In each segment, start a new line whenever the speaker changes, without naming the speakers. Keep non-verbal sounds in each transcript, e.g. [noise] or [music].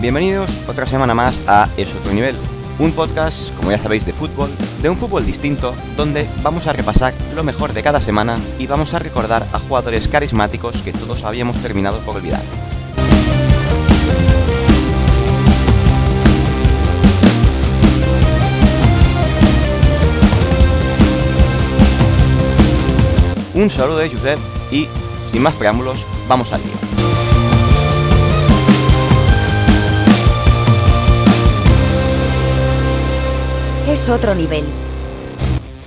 Bienvenidos otra semana más a Es otro nivel, un podcast, como ya sabéis, de fútbol, de un fútbol distinto, donde vamos a repasar lo mejor de cada semana y vamos a recordar a jugadores carismáticos que todos habíamos terminado por olvidar. Un saludo de Josep y, sin más preámbulos, vamos al lío.
Es otro nivel.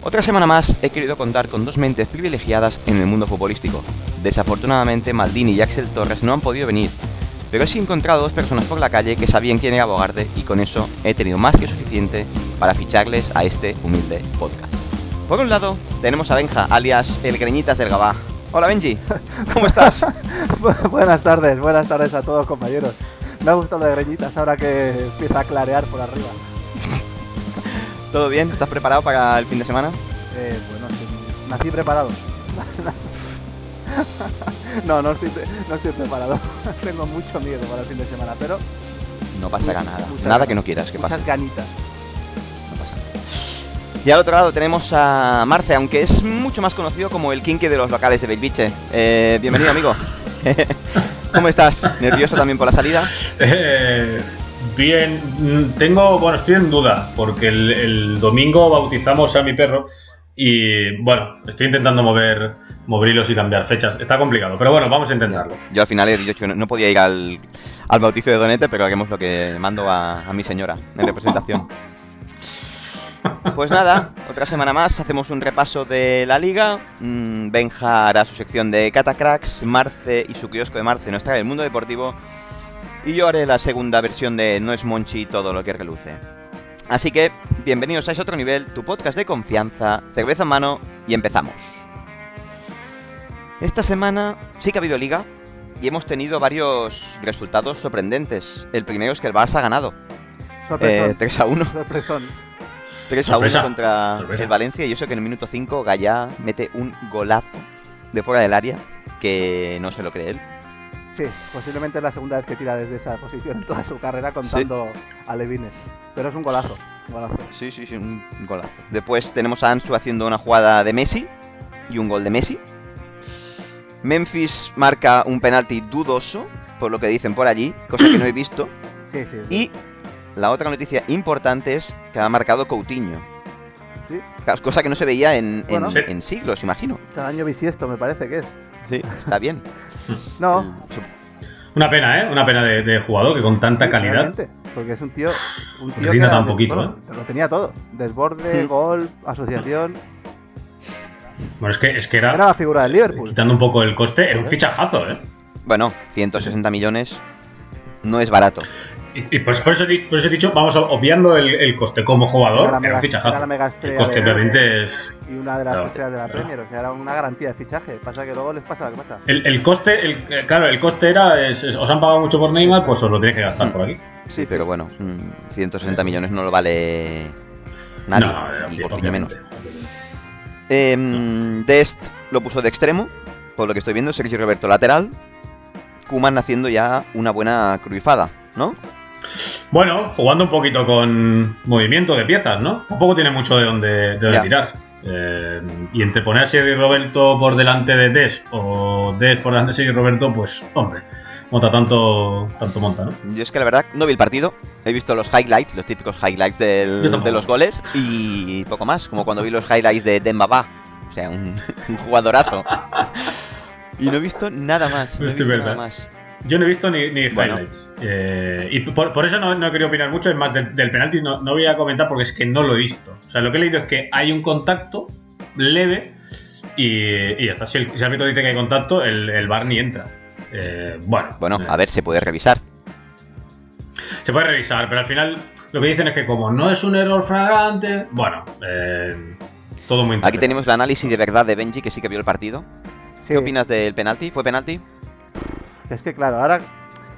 Otra semana más he querido contar con dos mentes privilegiadas en el mundo futbolístico. Desafortunadamente Maldini y Axel Torres no han podido venir, pero sí he encontrado dos personas por la calle que sabían quién era Bogarde y con eso he tenido más que suficiente para ficharles a este humilde podcast. Por un lado, tenemos a Benja, alias el Greñitas del Gabá. Hola Benji, ¿cómo estás?
Bu- [laughs] buenas tardes, buenas tardes a todos compañeros. Me ha gustado lo de greñitas ahora que empieza a clarear por arriba.
¿Todo bien? ¿Estás preparado para el fin de semana?
Eh, bueno, sí, nací preparado. [laughs] No, no estoy, pre- no estoy preparado. [laughs] Tengo mucho miedo para el fin de semana, pero
No pasará nada,
Muchas
nada
ganas.
que no quieras que Eh, pase.
muchas ganitas.
No pasa nada. Y al otro lado tenemos a Marce, aunque es mucho más conocido como el kinky de los locales de Belviche. Eh, bienvenido, amigo. [laughs] ¿Cómo estás? ¿Nervioso también por la salida?
Eh, bien, mm, tengo, bueno, estoy en duda, porque el, el domingo bautizamos a mi perro y, bueno, estoy intentando mover, mover hilos y cambiar fechas. Está complicado, pero bueno, vamos a intentarlo.
Yo al final he dicho que no- no podía ir al, al bautizo de Donete, pero haremos lo que mando a, a mi señora en representación. Pues nada, otra semana más, hacemos un repaso de la liga. Mm, Benja hará su sección de Catacracks, Marce y su kiosco de Marce nos trae el mundo deportivo. Y yo haré la segunda versión de No es Monchi y todo lo que reluce. Así que, bienvenidos a Es Otro Nivel, tu podcast de confianza, cerveza en mano y empezamos. Esta semana sí que ha habido liga, y hemos tenido varios resultados sorprendentes. El primero es que el Barça ha ganado.
Sorpresón.
Eh, 3 a 1.
Sorpresón.
3 a 1
Sorpresa.
contra
Sorpresa.
el Valencia. Y eso que en el minuto 5 Gallá mete un golazo de fuera del área que no se lo cree él.
Sí, posiblemente es la segunda vez que tira desde esa posición en toda su carrera contando a Levines. Pero es un golazo. un golazo.
Sí, sí, sí, un golazo. Después tenemos a Ansu haciendo una jugada de Messi y un gol de Messi. Memphis marca un penalti dudoso, por lo que dicen por allí, cosa que no he visto.
Sí, sí. sí.
Y la otra noticia importante es que ha marcado Coutinho.
Sí.
Claro, Cosa que no se veía en, en-
Bueno.
Sí.
en siglos, imagino.
Cada año bisiesto, me parece que es.
Sí. Está bien.
No.
Una pena, ¿eh? Una pena de, de jugador que con tanta
Sí,
calidad.
realmente, porque es un tío, un
Que
tío
rinda
era
tan
de-
poquito, ¿eh?
bueno, Lo tenía todo. Desborde,
Mm.
gol, asociación.
Bueno, es que, es que
Era
era,
la figura del Liverpool.
quitando un poco el coste, era un fichajazo, ¿eh?
Bueno, 160 millones no es barato.
Y, y pues por eso, he di- por eso he dicho, vamos a- obviando el, el coste
Era
como
la
jugador,
mega-
era un
era la
fichajazo.
mega
El
estrella
coste
de-
obviamente es...
Y una de las
Claro,
estrellas de la
claro.
Premier. O sea, era una garantía de fichaje. Pasa que luego les pasa lo que pasa.
El, el coste, el, eh, claro, el coste era, es- es- os han pagado mucho por Neymar, pues os lo tenéis que
Mm.
gastar por aquí.
Sí, pero bueno, mm, 160 millones no lo vale nadie.
No,
y
obvio-
Coutinho menos.
obviamente.
Em, Dest lo puso de extremo, por lo que estoy viendo. Sergio Roberto lateral. Kuman haciendo ya una buena cruzada, ¿no?
Bueno, jugando un poquito con movimiento de piezas, ¿no? Tampoco tiene mucho de dónde, de dónde
Ya.
tirar. Eh, y entre poner a Sergi Roberto por delante de Des o Des por delante de Sergi Roberto, pues, hombre, monta tanto, tanto monta, ¿no?
Yo es que la verdad no vi el partido. He visto los highlights, los típicos highlights del-
Yo tampoco.
de los goles y poco más. Como cuando vi los highlights de Dembaba. O sea, un, [laughs] un jugadorazo. Y no he visto nada más. No he
Es
visto
verdad.
nada más.
Yo no he visto ni, ni
Bueno.
highlights. Eh, y por, por eso no, no he querido opinar mucho. Es más, del, del penalti no, no voy a comentar porque es que no lo he visto. O sea, lo que he leído es que hay un contacto leve y, y ya está. Si el, si el árbitro dice que hay contacto, el, el bar ni entra. Eh, bueno,
Bueno,
eh,
a ver, se puede revisar.
se puede revisar, pero al final lo que dicen es que como no es un error fragrante, bueno, eh, todo
Aquí
muy interesante.
tenemos el análisis de verdad de Benji, que sí que vio el partido.
Sí.
¿Qué opinas del penalti? ¿Fue penalti?
Es que claro, ahora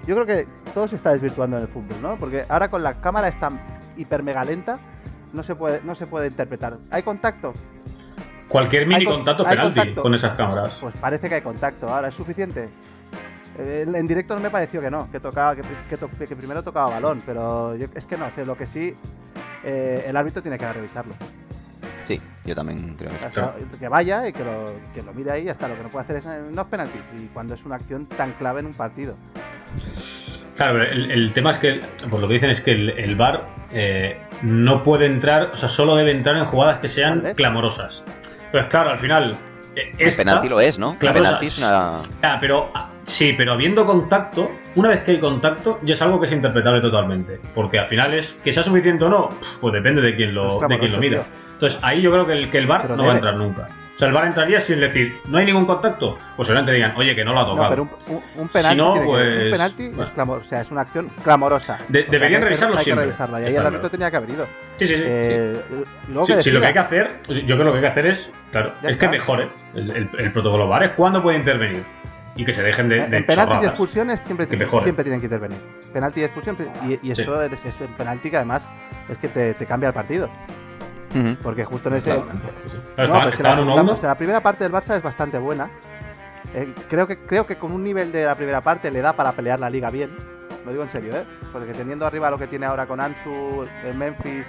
yo creo que todo se está desvirtuando en el fútbol, ¿no? Porque ahora con la cámara está hiper mega lenta, no se puede, no se puede interpretar. ¿Hay contacto?
Cualquier mini
con-
contacto es
hay
penalti
contacto.
con esas cámaras.
Pues parece que hay contacto. Ahora es suficiente. Eh, en directo no me pareció que no, que tocaba, que, que to- que primero tocaba balón, pero yo- es que no sé, lo que sí, eh, el árbitro tiene que revisarlo.
Sí, yo también creo.
O
eso.
sea, que vaya y que lo, que lo mire ahí y ya está. Lo que no puede hacer es eh, unos penaltis. Y cuando es una acción tan clave en un partido.
Claro, pero el, el tema es que, por lo que dicen, es que el, el VAR eh, no puede entrar, o sea, solo debe entrar en jugadas que sean
Vale.
clamorosas. Pero es claro, al final. eh,
El
esta-
penalti lo es, ¿no? El
Claro, o sea,
penalti es una.
Ah, pero ah, sí, pero habiendo contacto, una vez que hay contacto, ya es algo que es interpretable totalmente. Porque al final es que sea suficiente o no, pues depende de quién
No
lo,
es clamoroso,
de quién lo mida.
tío.
Entonces ahí yo creo que el, que el bar
Pero
no va a
debe.
entrar nunca. O sea, el bar entraría sin decir, no hay ningún contacto, pues seguramente digan, oye, que no lo ha
No,
tocado.
pero un, un- un penalti,
Si no,
tiene que- un
pues,
penalti es
bueno.
clamor- o sea, es una acción clamorosa.
De-
O sea,
deberían
hay que-
revisarlo
Hay que
siempre.
revisarlo. Y ahí
Está
el árbitro
claro.
tenía que haber ido.
Sí, sí, sí.
Eh, y luego
Sí,
que
sí, lo que hay que
decida.
hacer, yo creo que lo que hay que hacer es, claro,
Ya
es
está.
que mejore el, el- el protocolo VAR, es cuándo puede intervenir y que se dejen de,
Eh, En-
de
en penaltis y
chorradas.
expulsiones siempre,
Que
tienen-
mejoren.
siempre tienen que intervenir. Penalti y expulsión. Y, y esto es, es un penalti que además es que te, te cambia el partido.
Ujú.
Porque justo en ese,
Claro,
No,
estaban-
pero es que la,
estaban
segunda-
uno a
o
uno.
sea, la primera parte del Barça es bastante buena. Eh, creo, que, creo que con un nivel de la primera parte le da para pelear la liga bien. Lo digo en serio, ¿eh? Porque teniendo arriba lo que tiene ahora con Ansu, eh, Memphis.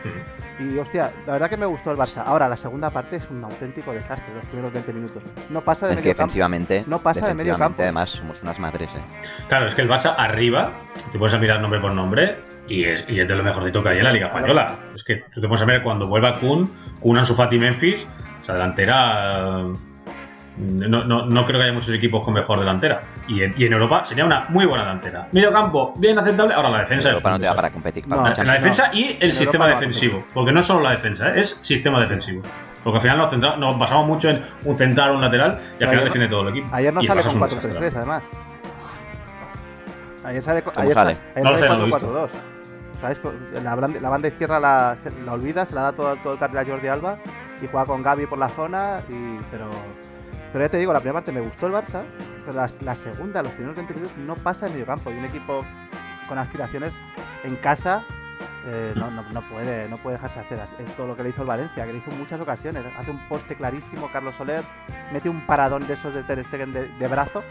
Y hostia, la verdad que me gustó el Barça. Ahora, la segunda parte es un auténtico desastre, los primeros 20 minutos. No pasa de
Es que
medio campo.
defensivamente.
No pasa de medio
defensivamente,
campo.
Además, somos unas madres, ¿eh?
Claro, es que el Barça arriba, te pones a mirar nombre por nombre y es, y es de lo mejorcito que hay en la Liga Española. Es que tú te pones a ver cuando vuelva Kun, Kun, Ansu Fati, Memphis, o sea, delantera... eh, No, no, no creo que haya muchos equipos con mejor delantera. Y en, y en Europa sería una muy buena delantera. Medio campo, bien aceptable. Ahora la defensa es
Europa
un
no te da
desastre.
para competir. Para
No,
La-
una
Ah, La,
Champions.
defensa y el
En
sistema
Europa no,
defensivo. Porque no solo la defensa, ¿eh? es sistema defensivo. Porque al final nos, centra- nos basamos mucho en un central, un lateral, y al
Ayer no-
final defiende todo el equipo.
Ayer no
Y el
sale
Barça es
con
un
4-3-3,
desastre.
además. Ayer sale, con-
¿Cómo
ayer
sale?
sa- ayer
No lo
sale
sé, no lo he
4-4-2. ¿Sabes? Con- La, blan- la banda izquierda la, se- la olvida, se la da todo, todo el carril a Jordi Alba y juega con Gaby por la zona. Y, pero, pero ya te digo, la primera parte me gustó el Barça, pero la, la segunda, los primeros 20 minutos, no pasa el mediocampo. Y un equipo con aspiraciones en casa eh, no, no- no puede, no puede dejarse hacer así. Es todo lo que le hizo el Valencia, que le hizo en muchas ocasiones. Hace un poste clarísimo, Carlos Soler, mete un paradón de esos de Ter Stegen de, de brazo.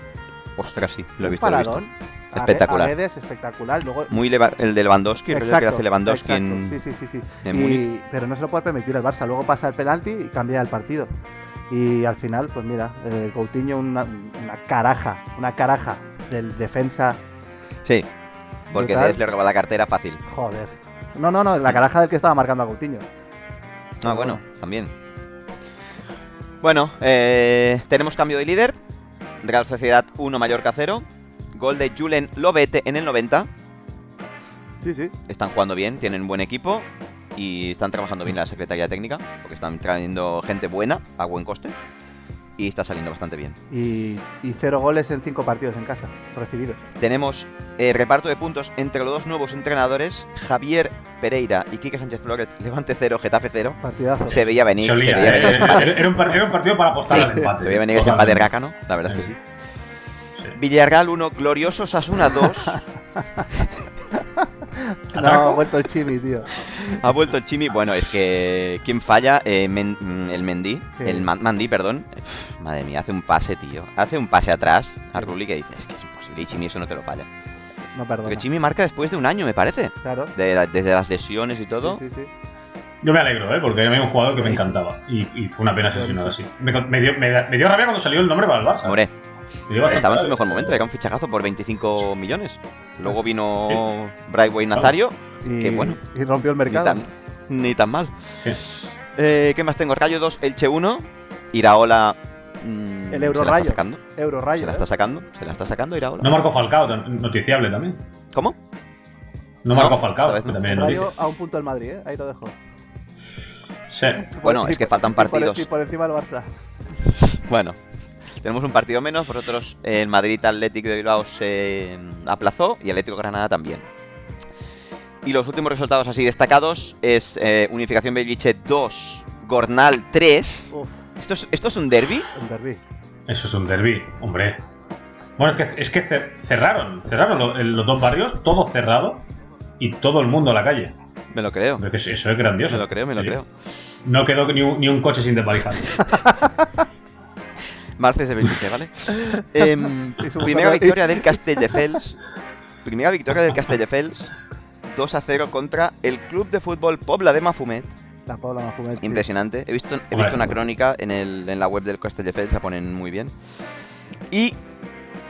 Ostras, sí, lo he
un
visto. Lo he visto.
paradón. a re-
Espectacular.
a redes, espectacular. Luego,
Muy leva- el de Lewandowski, el rollo que hace Lewandowski
exacto,
en,
sí, sí, sí, sí.
en
Y-
Múnich.
pero no se lo puede permitir el Barça. Luego pasa el penalti y cambia el partido. Y al final, pues mira, eh, Coutinho una, una caraja, una caraja del defensa.
Sí, porque
Brutal.
Dest le roba la cartera fácil.
Joder. No, no, no, la caraja del que estaba marcando a Coutinho.
Ah, bueno, también. Bueno, eh, tenemos cambio de líder. Real Sociedad 1, Mallorca 0. Gol de Julen Lobete en el 90.
Sí, sí.
Están jugando bien, tienen un buen equipo y están trabajando bien la Secretaría Técnica porque están trayendo gente buena a buen coste y está saliendo bastante bien.
Y, y cero goles en cinco partidos en casa, recibidos.
Tenemos eh, reparto de puntos entre los dos nuevos entrenadores, Javier Pereira y Quique Sánchez Flores, Levante 0, Getafe 0.
Partidazo.
Se veía venir,
Se olía,
se veía venir
eh,
ese
[laughs]
empate.
era, un par- era un partido para apostar
Sí,
al empate.
Se veía venir ese empate
Totalmente.
rácano, la verdad es que sí.
Sí.
Villarreal 1, Glorioso Sasuna 2.
no, ha vuelto el chibi, tío.
ha vuelto el Chimi. Bueno, es que. ¿Quién falla? Eh, Men- mm, el Mendy.
Sí.
El Man- Mandy, perdón. Uf, madre mía, hace un pase, tío. Hace un pase atrás a Rulli que dices que es imposible. Y Chimi eso no te lo falla.
No, perdona.
Porque Chimi marca después de un año, me parece.
Claro.
De la- desde las lesiones y todo.
Sí, sí, sí.
Yo me alegro, ¿eh? porque había un jugador que me encantaba y, y fue una pena
Sí,
sesionado así. Me, me dio, me da- me dio rabia cuando salió el nombre para el Barça.
Hombre,
Me dio bastante
estaba en su
rabia.
mejor momento. Era un fichajazo por 25 millones. Luego vino Brightway Nazario.
Y,
Qué bueno.
y rompió el
Ni
mercado.
tan, ni tan mal.
Sí.
Eh, ¿Qué más tengo? Rayo 2, Elche 1. Iraola. mm,
El
se la está
Eurorayo.
sacando.
Euro
Se
rayo. ¿eh?
la está sacando. Se la está sacando Iraola.
No marcó Falcao, tan- noticiable también.
¿Cómo?
No marcó
No,
Falcao,
esta vez no.
también es
rayo a un punto del Madrid, ¿eh? Ahí lo dejo.
noticia. Sí.
Bueno, es que faltan
Y por- e-
partidos.
Y por encima el Barça.
Bueno, tenemos un partido menos. Vosotros, eh, el Madrid Atlético de Bilbao se mm, aplazó y Atlético Granada también. Y los últimos resultados así destacados es eh, Unificación Belviche 2, Gornal 3.
Uf,
¿Esto es, ¿Esto es un derby?
el derbi.
Eso es un derby, hombre. Bueno, es que, es que cer- cerraron, cerraron lo- el- los dos barrios, todo cerrado y todo el mundo a la calle.
Me lo creo.
Pero que sí, eso es grandioso.
Me lo creo, me lo
Sí.
creo. [laughs]
No quedó ni un, ni un coche sin desvalijar.
Marce se bendice,
[laughs]
¿vale? Em,
Es un
primera
fatal-
victoria del Castelldefels. Primera victoria del Castelldefels. 2 a 0 contra el Club de Fútbol Pobla de Mafumet.
La Paula Mafumet. sí.
Impresionante. He visto, he
Vale.
visto una crónica en, el, en la web del Castelldefels, la ponen muy bien. Y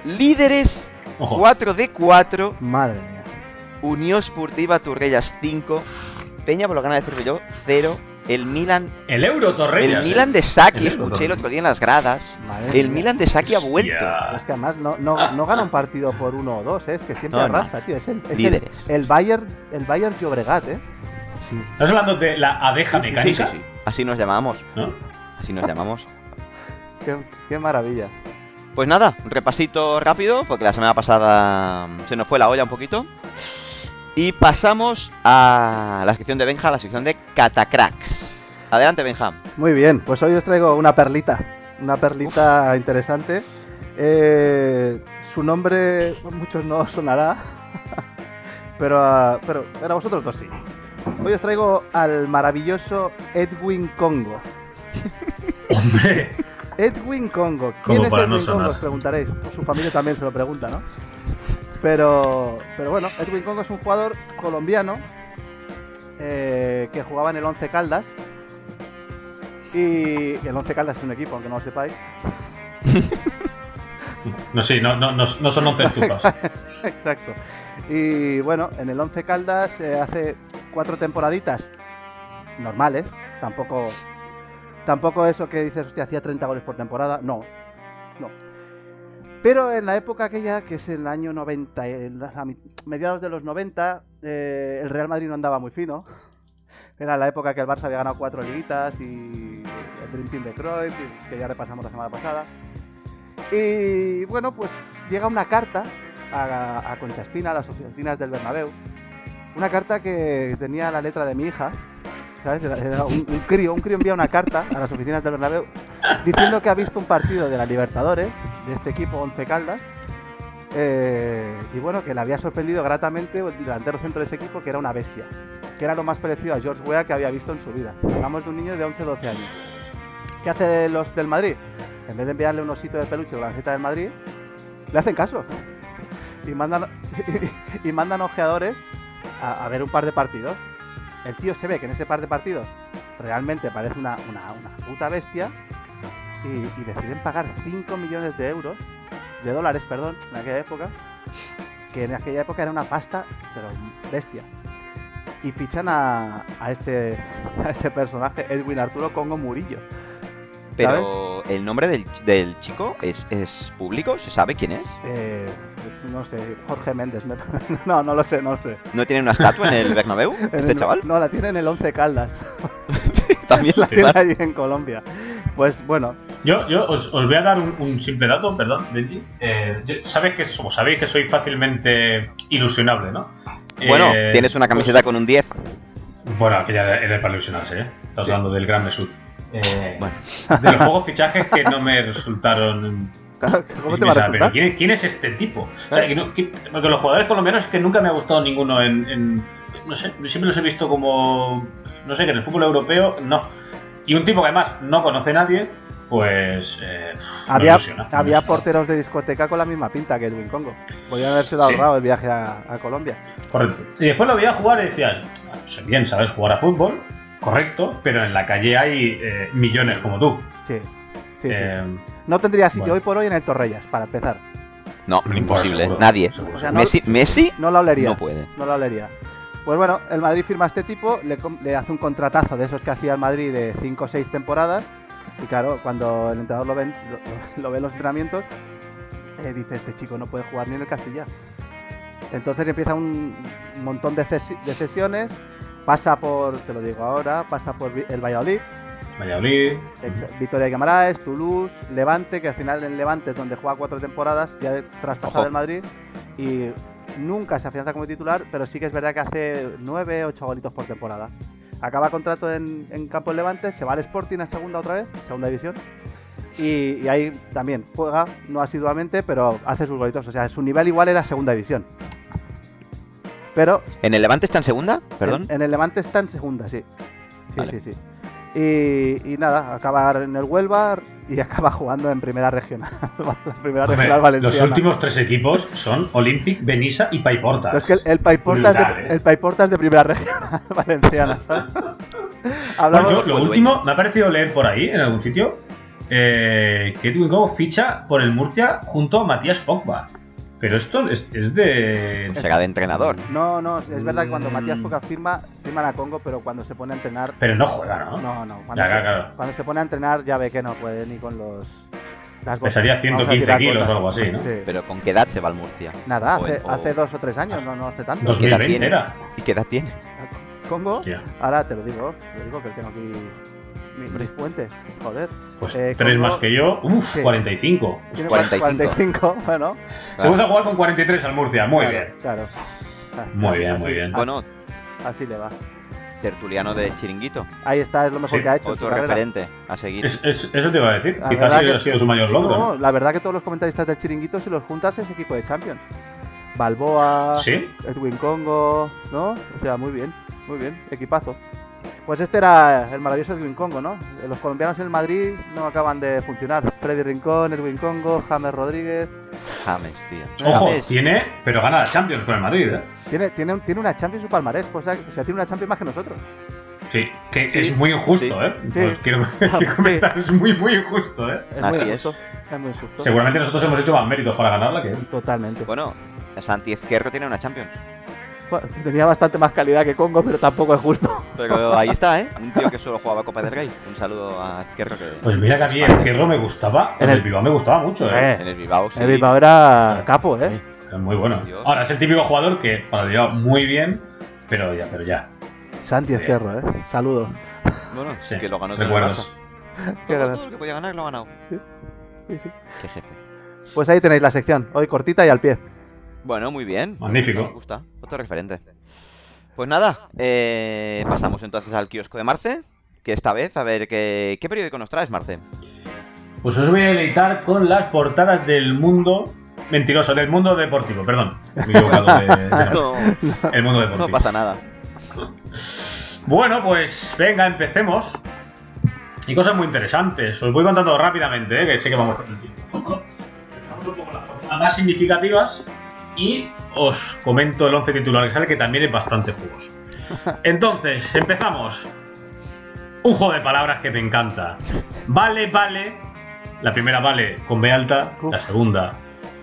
líderes
Ojo.
4 de 4,
Madre mía.
Unión Sportiva Turrellas 5, Peña por lo gana de Cervelló 0, el Milan,
El Euro Torrellas.
el
eh.
Milan de Saki,
El
escuché el
Euro.
otro día en las gradas.
Madre
El
mía.
Milan de Saki ha vuelto.
Hostia.
Es que además no, no, no gana un partido por uno o dos, ¿eh? es que siempre
No, no.
arrasa, tío. Es el, es el-
Líderes.
El, Bayern, el Bayern Llobregat, ¿eh?
¿Estás hablando de la abeja
Sí,
mecánica?
sí, sí. Así nos llamamos.
¿No?
Así nos llamamos.
Qué, qué maravilla.
Pues nada, un repasito rápido, porque la semana pasada mm, se nos fue la olla un poquito. Y pasamos a la sección de Benja, la sección de Catacracks. Adelante, Benja.
Muy bien, pues hoy os traigo una perlita. Una perlita interesante. Eh, su nombre a muchos no os sonará, [laughs] pero, a- pero, pero a vosotros dos sí. Hoy os traigo al maravilloso Edwin Congo.
Hombre. [laughs]
Edwin Congo.
Como
¿Quién es
para
Edwin
no
Congo?
sonar.
Os preguntaréis. Su familia también se lo pregunta, ¿no? Pero, pero bueno, Edwin Congo es un jugador colombiano eh, que jugaba en el 11 Caldas. Y el 11 Caldas es un equipo, aunque no lo sepáis.
No, sí, no, no, no, no son
[laughs]
11 estufas.
[laughs] Exacto. Y bueno, en el 11 Caldas eh, hace cuatro temporaditas normales. Tampoco, tampoco eso que dices, hostia, hacía 30 goles por temporada. No, no. Pero en la época aquella, que es el año 90, en las- a mi- mediados de los 90, eh, el Real Madrid no andaba muy fino. Era la época que el Barça había ganado cuatro liguitas y el Dream Team de Cruyff, que ya repasamos la semana pasada. Y bueno, pues llega una carta a, a Concha Espina, a las oficinas del Bernabéu. Una carta que tenía la letra de mi hija, ¿sabes? Era, era un, un crío, un crío envía una carta a las oficinas del Bernabéu diciendo que ha visto un partido de la Libertadores, de este equipo Once Caldas, eh, y bueno, que le había sorprendido gratamente el delantero centro de ese equipo, que era una bestia, que era lo más parecido a George Weah que había visto en su vida. Hablamos de un niño de 11-12 años. ¿Qué hace los del Madrid? En vez de enviarle un osito de peluche o la camiseta del Madrid, le hacen caso. Y mandan, [laughs] y mandan ojeadores a, a ver un par de partidos. El tío se ve que en ese par de partidos realmente parece una, una- una puta bestia y, y deciden pagar 5 millones de euros, de dólares, perdón, en aquella época, que en aquella época era una pasta, pero bestia. Y fichan a, a este, [laughs] a este personaje, Edwin Arturo Congo Murillo.
Pero el nombre del, ch- del chico es, es público, ¿se sabe quién es?
Eh, no sé, Jorge Méndez. me- [laughs] No, no lo sé, no lo sé.
¿No tiene una estatua en el
[laughs]
Bernabéu,
En
este
el-
chaval? [laughs]
No, la tiene en el 11 Caldas.
También
La
la
tiene ahí en Colombia. Pues bueno, [laughs]
Yo, yo os, os voy a dar un, un simple dato, perdón, Benji. Eh, yo- sabéis que, como sabéis que soy fácilmente ilusionable, ¿no?
Bueno,
Eh,
tienes una camiseta con un 10.
Bueno, aquella era para ilusionarse, ¿eh? Estamos hablando del Gran Mesut. Eh,
Bueno.
De los pocos fichajes que no me
[laughs]
resultaron.
¿cómo te
o
va a
sea, pero
resultar?
¿quién, quién es este tipo? O sea, que no- que- porque los jugadores colombianos es que nunca me ha gustado ninguno en, en- No sé, siempre los he visto como. No sé, que en el fútbol europeo no. Y un tipo que además no conoce a nadie, pues. eh, no
Había,
ilusiona, no
había
ilusiona.
porteros de discoteca con la misma pinta que Edwin Congo. Podrían haberse dado
Sí.
ahorrado el viaje a, a Colombia.
Correcto. Y después lo veía jugar y decías, "Ah, no sé bien, sabes jugar a fútbol, correcto, pero en la calle hay eh, millones como tú.
Sí, sí, sí.
Eh,
No tendría sitio
bueno.
hoy por hoy en el Torrellas, para empezar.
No,
Bueno,
imposible,
seguro,
nadie.
seguro,
O sea,
seguro.
no-
Messi, Messi
No la olería.
no puede.
no la olería. Pues bueno, el Madrid firma a este tipo, le, com- le hace un contratazo de esos que hacía el Madrid de 5 o 6 temporadas. Y claro, cuando el entrenador lo, ven, lo, [laughs] lo ve en los entrenamientos, eh, dice, este chico no puede jugar ni en el Castilla. Entonces empieza un montón de, cesi- de sesiones, pasa por, te lo digo ahora, pasa por Vi- el Valladolid,
Valladolid.
ex- Victoria de Camaraes, Toulouse, Levante, que al final en Levante es donde juega cuatro temporadas, ya de- traspasado
Ojo.
del Madrid, y nunca se afianza como titular, pero sí que es verdad que hace nueve, ocho golitos por temporada. Acaba contrato en, en campo en Levante, se va al Sporting a segunda otra vez, segunda división, y, y ahí también juega, no asiduamente, pero hace sus golitos, o sea, su nivel igual era segunda división. Pero
¿En el Levante está en segunda?
en-
Perdón.
En, el Levante está en segunda, sí. Sí,
Vale.
sí, sí. Y, y nada, acabar en el Huelva y [laughs] acaba jugando en primera regional. [laughs] la primera
Hombre,
regional valenciana.
los últimos tres equipos son Olympic, Benissa y Paiporta.
Pero es que el, el Paiporta es de-
Brutal, ¿eh?
el Paiporta es de primera regional [laughs] valenciana. ¿sabes?
[laughs] Bueno,
Hablamos,
yo, lo
Fue
último, me ha parecido leer por ahí, en algún sitio, eh, que Edwin Go ficha por el Murcia junto a Matías Pogba. Pero esto es, es de.
Será de entrenador.
No, no, es verdad que cuando
Mm.
Matías Poca firma, firman a Congo, pero cuando se pone a entrenar.
Pero no juega, ¿no?
No, no. Cuando,
Ya,
se,
claro, claro.
cuando se pone a entrenar, ya ve que no puede ni con los. Las
Pesaría
Vamos a
115
tirar
kilos
botas.
o algo así, ¿no?
Sí.
Pero ¿con qué edad se va al Murcia?
Nada,
O-
hace,
o-
hace dos o tres años, no, no hace tanto.
¿Qué edad
2020
tiene?
era.
¿Y qué edad
[laughs]
tiene?
Congo,
Hostia,
ahora te lo digo, te lo digo que tengo aquí mi, mi fuente, joder.
pues
Eh,
tres
Congo-
más que yo. Uf,
Sí.
45.
Tiene
45.
45, [laughs] bueno.
Se puso a jugar con 43 al Murcia, muy
claro,
bien.
Claro. Ah,
Muy bien,
así-
muy bien.
Bueno,
Así le va.
tertuliano de Chiringuito.
Ahí está, es lo mejor
Sí,
que ha hecho. en su
Otro
carrera.
referente a seguir.
Es- es- eso te iba a decir.
La
Quizás
verdad
ha sido,
que-
ha sido su mayor logro.
No,
¿no?
la verdad que todos los comentaristas del chiringuito, si los juntas, es equipo de Champions. Balboa,
Sí.
Edwin Congo, ¿no? O sea, muy bien, muy bien, equipazo. Pues este era el maravilloso Edwin Congo, ¿no? Eh, Los colombianos en el Madrid no acaban de funcionar. Freddy Rincón, Edwin Congo, James Rodríguez.
James, tío.
Ojo,
James.
tiene, pero gana la Champions con el Madrid. ¿eh?
Tiene, tiene, un- tiene una Champions su palmarés, o sea, o sea, tiene una Champions más que nosotros.
Sí, que
Sí,
es muy injusto,
sí,
¿eh?
sí.
Os quiero quiero comentar, es muy, muy injusto, ¿eh?
Es
Así
muy
es.
injusto, es muy injusto.
Seguramente nosotros hemos hecho más méritos para ganarla que él.
Totalmente.
Bueno, Santi Izquierdo tiene una Champions.
Bueno, tenía bastante más calidad que Congo, pero tampoco es justo. [laughs]
Pero ahí está, ¿eh? Un tío que solo jugaba Copa del Rey. Un saludo a Izquierdo que
Pues mira que a mí el Fierro me gustaba,
En
en
el-
el Bilbao me gustaba mucho, ¿eh?
en el Bilbao sí.
El Bilbao era capo, ¿eh?
Es muy bueno.
Dios.
Ahora, es el típico jugador que para el Bilbao muy bien, pero ya, pero ya.
Santi Esquerro, ¿eh? Saludos.
Bueno,
Sí,
que lo ganó todo el
recuerdos.
Barça.
Qué
Todo,
ganas.
todo lo que podía ganar lo ha ganado.
Sí, sí.
Qué jefe.
Pues ahí tenéis la sección, hoy cortita y al pie.
Bueno, muy bien.
Magnífico.
Nos gusta. Otro referente. Pues nada, eh, pasamos entonces al kiosco de Marce. Que esta vez, a ver, ¿qué, qué periódico nos traes, Marce?
Pues os voy a deleitar con las portadas del mundo mentiroso, del mundo deportivo, perdón. Me he equivocado de- de-
[laughs] No,
el mundo deportivo.
no pasa nada.
Bueno, pues venga, empecemos. Y cosas muy interesantes. Os voy contando rápidamente, ¿eh? que sé que vamos con el tiempo. Vamos un poco a las cosas más significativas y os comento el 11 titular que sale, que también es bastante jugoso. Entonces, empezamos. Un juego de palabras que me encanta. Vale, vale. La primera vale con B alta,
Uf.
la segunda,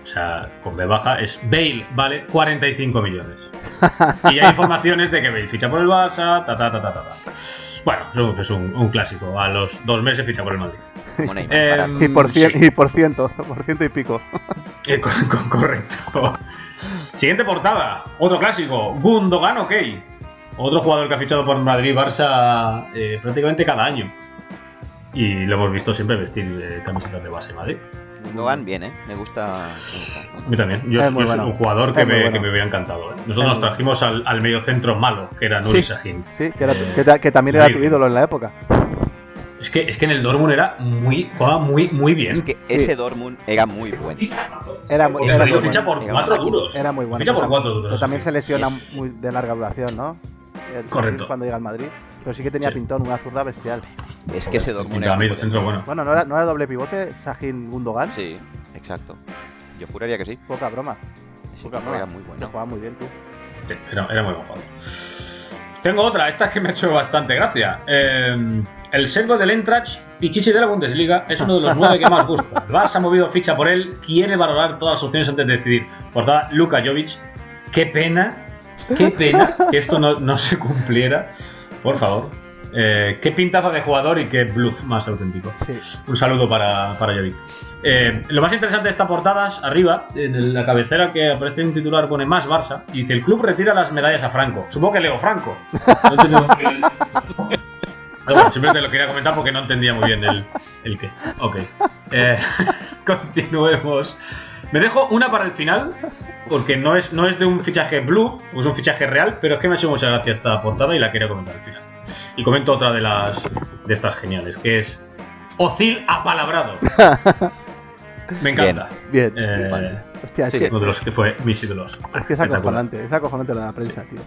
o sea, con B baja, es Bale, vale 45 millones. Y hay informaciones de que Bale ficha por el Barça, ta ta ta ta ta. ta. Bueno, es un, es un- un clásico. A los dos meses ficha por el Madrid.
Como Neymar,
Eh,
para-
Y por,
sí.
cien, y por ciento, [laughs] por ciento y pico.
Eh, co- co- correcto. Siguiente portada. Otro clásico. Gundogan, ok. Otro jugador que ha fichado por Madrid Barça eh, prácticamente cada año. Y lo hemos visto siempre vestir eh, camisetas de base Madrid.
Gundogan bien, ¿eh? Me gusta. me gusta.
A mí también. Yo,
Es
yo
muy
soy
bueno.
un jugador que
Es muy
me,
bueno.
que me hubiera encantado. ¿eh?
muy
Nosotros nos
bueno.
trajimos al, al mediocentro malo, que era Nuri
Sí.
Sahin.
Sí, que, era- que ta- que también era tu
Horrible.
ídolo en la época.
Es que, es que en el Dortmund era muy, jugaba muy, muy bien.
Es que ese Dortmund era muy bueno.
Era muy,
Porque
era
el
muy
tío
Dortmund
ficha
bueno.
por
Era
cuatro
máquina.
duros.
Era muy bueno.
Ficha por
Pero
cuatro duros.
Pero también se lesiona
Sí.
muy de larga duración, ¿no? El-
Correcto.
Cuando llega al Madrid. Pero sí que tenía
Sí.
pintón, una zurda bestial.
Es que ese Dortmund
Pintaba
era muy
medio centro, bueno.
Bueno, ¿no era, no era doble pivote Sajin Gundogan?
bueno. Sí, exacto. Yo juraría que sí.
Poca broma.
Ese
Poca
equipo
broma.
era muy
Se
bueno.
jugaba muy bien, tío.
Sí, era, era muy buen jugador. Tengo otra, esta que me ha hecho bastante gracia. Eh, el sergo del Entrach, Pichichi de la Bundesliga, es uno de los nueve que más gusta. El Barça ha movido ficha por él, quiere valorar todas las opciones antes de decidir. Portada Luka Jovic. Qué pena, qué pena que esto no, no se cumpliera. Por favor. Eh, qué pintaza de jugador y qué bluff más auténtico.
Sí.
Un saludo para, para Jovic. Eh, lo más interesante de esta portada es arriba, en la cabecera que aparece un titular pone más Barça, y dice el club retira las medallas a Franco. Supongo que Leo Franco. No entiendo por qué- Pero Ah, bueno, simplemente lo quería comentar porque no entendía muy bien el, el qué. Ok. Eh, [laughs] continuemos. Me dejo una para el final, porque no es, no es de un fichaje bluff, es un fichaje real, pero es que me ha hecho mucha gracia esta portada y la quería comentar al final. Y comento otra de las de estas geniales, que es Ocil
[laughs]
apalabrado. Me encanta.
Bien.
Eh,
Vale.
Hostia, es,
sí,
que,
uno de los que fue mis ídolos.
es que es acojonante. Es acojonante la prensa, tío.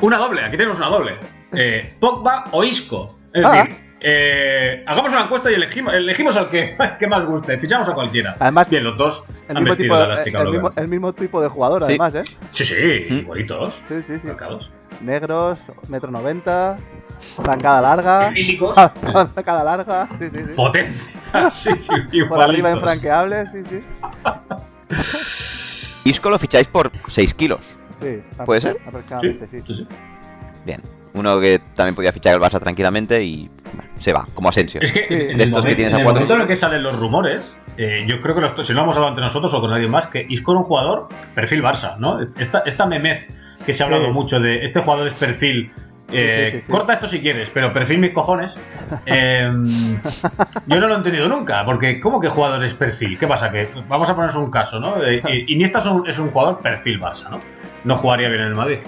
Una doble, aquí tenemos una doble. Eh, Pogba o Isco. Es
Ah.
decir, eh, hagamos una encuesta y elegimos, elegimos al que, [laughs] al que más guste. Fichamos a cualquiera.
Además,
Bien, los dos
El
han
mismo,
vestido
tipo,
de
de- eh,
elástica
el,
blanca.
mismo, el mismo tipo de jugador,
Sí.
además, ¿eh?
Sí, sí,
¿Mm?
igualitos.
Sí, sí, sí.
marcados.
Negros, metro noventa, zancada larga, [laughs]
Físicos.
zancada larga, sí, sí, sí.
Potencia. [laughs] Sí, sí,
Por arriba
igualitos.
infranqueable, sí, sí.
Isco lo ficháis por 6 kilos.
sí
¿Puede ser?
Sí,
Aproximadamente, sí.
sí, sí.
Bien. Uno que también podía fichar el Barça tranquilamente y bueno, se va, como Asensio.
Es que
Sí.
en,
De
el,
estos que
momento,
tienes a
en el
cuatro.
momento en el que salen los rumores, eh, yo creo que los- si lo hemos hablado entre nosotros o con alguien más, que Isco era un jugador perfil Barça, ¿no? Esta, esta memez que se ha hablado
Sí.
mucho de este jugador es perfil. eh,
sí, sí, sí.
Corta esto si quieres, pero perfil mis cojones. eh,
[laughs]
yo no lo he entendido nunca, porque ¿cómo que jugador es perfil? ¿Qué pasa? Que vamos a ponernos un caso, ¿no? Eh, eh, Iniesta es un, es un jugador perfil Barça, ¿no? No jugaría bien en el Madrid.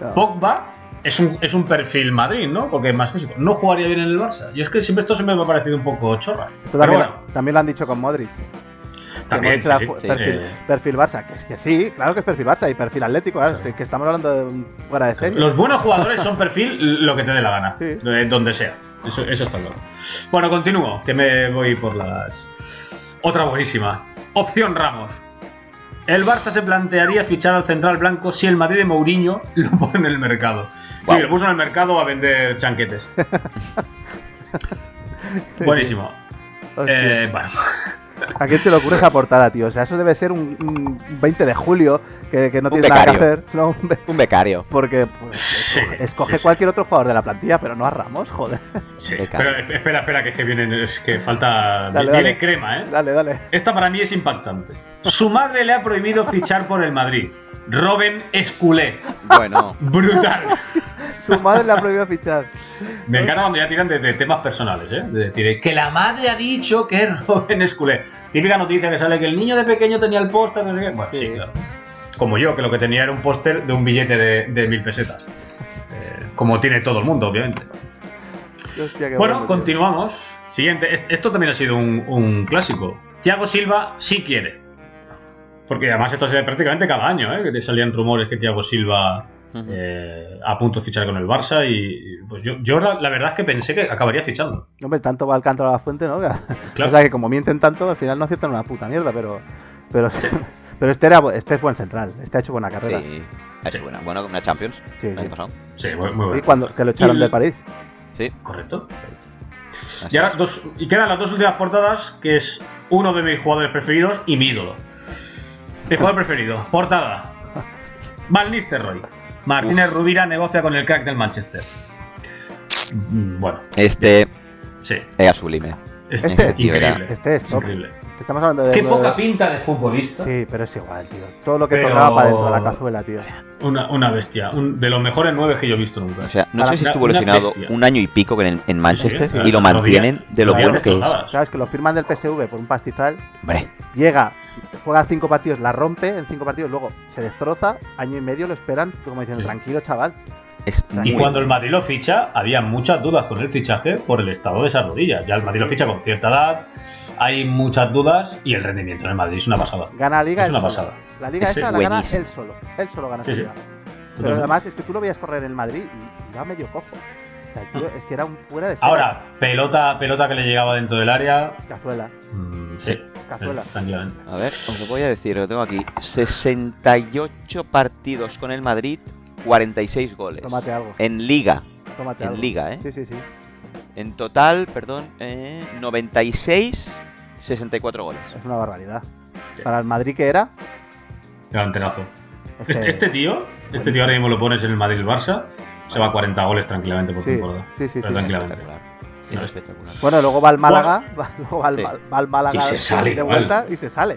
Claro.
Pogba es un, es un perfil Madrid, ¿no? Porque es más físico. No jugaría bien en el Barça. Y es que siempre esto siempre me ha parecido un poco chorra.
Esto
Pero
también,
bueno,
también lo han dicho con Modric. que
también.
Modric era
sí,
ju-
sí.
perfil,
Eh.
perfil Barça, que es que sí, claro que es perfil Barça y perfil Atlético, claro, sí, que estamos hablando de un- fuera de serie.
Los buenos jugadores son perfil lo que te dé la gana,
Sí.
de donde sea. Eso, eso está claro. Bueno, continúo, que me voy por las. Otra buenísima. Opción Ramos. El Barça se plantearía fichar al central blanco si el Madrid de Mourinho [laughs] lo pone en el mercado.
Guau.
Sí, lo puso en el mercado a
[laughs]
vender chanquetes.
Sí,
Buenísimo.
Hostia.
Eh, bueno.
¿A quién se le ocurre esa portada, tío? O sea, eso debe ser un, un 20 de julio que, que no
Un
tiene nada que
becario.
hacer. ¿no? [laughs] Un be-
Un
[laughs]
becario.
Porque pues, escoge,
Sí,
escoge
sí, sí.
cualquier otro jugador de la plantilla, pero no a Ramos, joder. [laughs]
Sí,
Beca.
pero espera, espera, que es que viene, es que falta.
Dale,
viene
dale.
crema, ¿eh?
Dale, dale.
Esta para mí es impactante. Su madre le ha prohibido fichar por el Madrid. Robin Esculé.
Bueno,
Brutal.
Su madre le ha prohibido fichar.
Me encanta cuando ya tiran de, de temas personales, ¿eh? De decir, eh, que la madre ha dicho que Robin Esculé. Típica noticia que sale que el niño de pequeño tenía el póster, no sé qué. Bueno, sí,
Sí.
claro. Como yo, que lo que tenía era un póster de un billete de, de mil pesetas. Eh, como tiene todo el mundo, obviamente.
Hostia, qué
Bueno,
bueno, tío.
continuamos. Siguiente. Est- Esto también ha sido un, un clásico. Thiago Silva sí quiere. Porque además esto se ve prácticamente cada año, ¿eh? Que te salían rumores que Thiago Silva
Ujú.
eh, a punto de fichar con el Barça y, y, pues yo, yo la, la verdad es que pensé que acabaría fichando.
Hombre, tanto va al canto a la fuente, ¿no? [laughs]
Claro.
O sea, que como mienten tanto, al final no aciertan una puta mierda, pero. Pero, [laughs] pero este, era, bu- este es buen central, este ha hecho buena carrera. Sí,
sí. Ha
Sí.
hecho buena. Bueno, una Champions.
Sí,
el año
sí.
pasado.
Sí, muy, muy bueno.
cuando, que lo echaron
Y-
de París.
Sí.
Correcto.
Así
Y, ahora dos, y quedan las dos últimas portadas, que es uno de mis jugadores preferidos y mi ídolo. Mi jugador preferido,
[laughs]
portada. Van Nistelrooy. Martínez Rubira negocia con el crack del Manchester. Mm, Bueno,
Este
sí.
era sublime.
Es
Este,
increíble.
Este es
Es
top.
increíble.
Te estamos hablando de.
Qué
de-
poca pinta de futbolista.
Sí, pero es igual, tío. Todo lo que
Pero-
tocaba para dentro de la cazuela, tío.
Una, una bestia. Un- de los mejores nueve que yo he visto nunca.
O sea, no
Para-
sé si
una-
estuvo
una
lesionado
bestia.
un año y pico en, en Manchester
sí, sí.
y lo
Las
mantienen
rodillas-
de lo
las
bueno
rodillas
que es.
destrozadas.
Sabes que lo firman del PSV por un pastizal,
Hombre,
llega, juega cinco partidos, la rompe en cinco partidos, luego se destroza, año y medio lo esperan, como diciendo,
Sí.
tranquilo, chaval.
es
Y
muy.
cuando el Madrid lo ficha, había muchas dudas con el fichaje por el estado de esas rodillas. Ya el Madrid lo ficha con cierta edad, hay muchas dudas y el rendimiento en el Madrid es una pasada.
Gana la liga
Es
él
una
solo.
pasada.
La liga
Ese
esa
es
la gana
buenísimo.
él solo. Él solo gana
Sí,
esa
sí.
liga. Pero
Totalmente.
además es que tú lo veías correr en el Madrid y iba medio cojo. O sea, el tío es que era un fuera de serie.
Ah. Ahora, pelota, pelota que le llegaba dentro del área.
Cazuela,
mm, sí,
cazuela.
tranquilamente.
A ver, os lo voy a decir, lo tengo aquí. 68 partidos con el Madrid, 46 goles.
Tómate algo,
En liga,
tómate
en
algo.
liga, ¿eh?
Sí, sí, sí.
En total, perdón, eh, 96, 64 goles.
Es una barbaridad.
Sí.
Para el Madrid que era,
Delanterazo.
es
Este,
que-
este tío, este tío ahora mismo lo pones en el Madrid-Barça, se va a 40 goles tranquilamente por
sí,
temporada.
sí, sí,
Pero
sí.
tranquilamente.
Es
No.
espectacular.
Bueno, luego va al Málaga, [laughs] va, luego va al,
Sí.
va al Málaga
Y se sale
de
igual.
vuelta y se sale.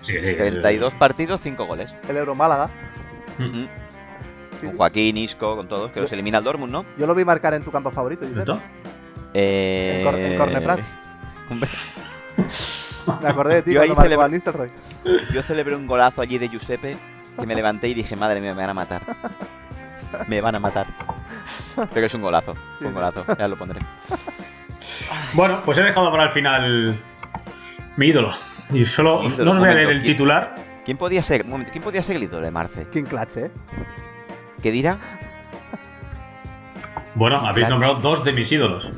Sí, sí, sí.
32 partidos, 5 goles.
El Euro Málaga.
Mm,
Mm,
Sí,
Con
sí.
Joaquín, Isco, con todos, que los elimina el Dortmund, ¿no?
Yo lo vi marcar en tu campo favorito, Josep.
¿cierto?
Eh...
El cor- el cornepras.
Hombre,
[laughs] Me acordé de ti
Yo ahí
cuando
celebra-
marcó a Nistelrooy.
Yo celebré un golazo allí de Giuseppe que me levanté y dije, madre mía, me van a matar. Me van a matar. Pero es un golazo, fue un golazo, ya lo pondré.
Bueno, pues he dejado para el final mi ídolo. Y solo
Mi ídolo,
no os voy a leer
momento,
el
¿quién?
titular.
¿Quién podía ser? Un momento, ¿quién podía ser el ídolo de Marce?
King Clutch, ¿eh?
¿Qué dirá?
Bueno, habéis
Claro.
nombrado dos de mis ídolos.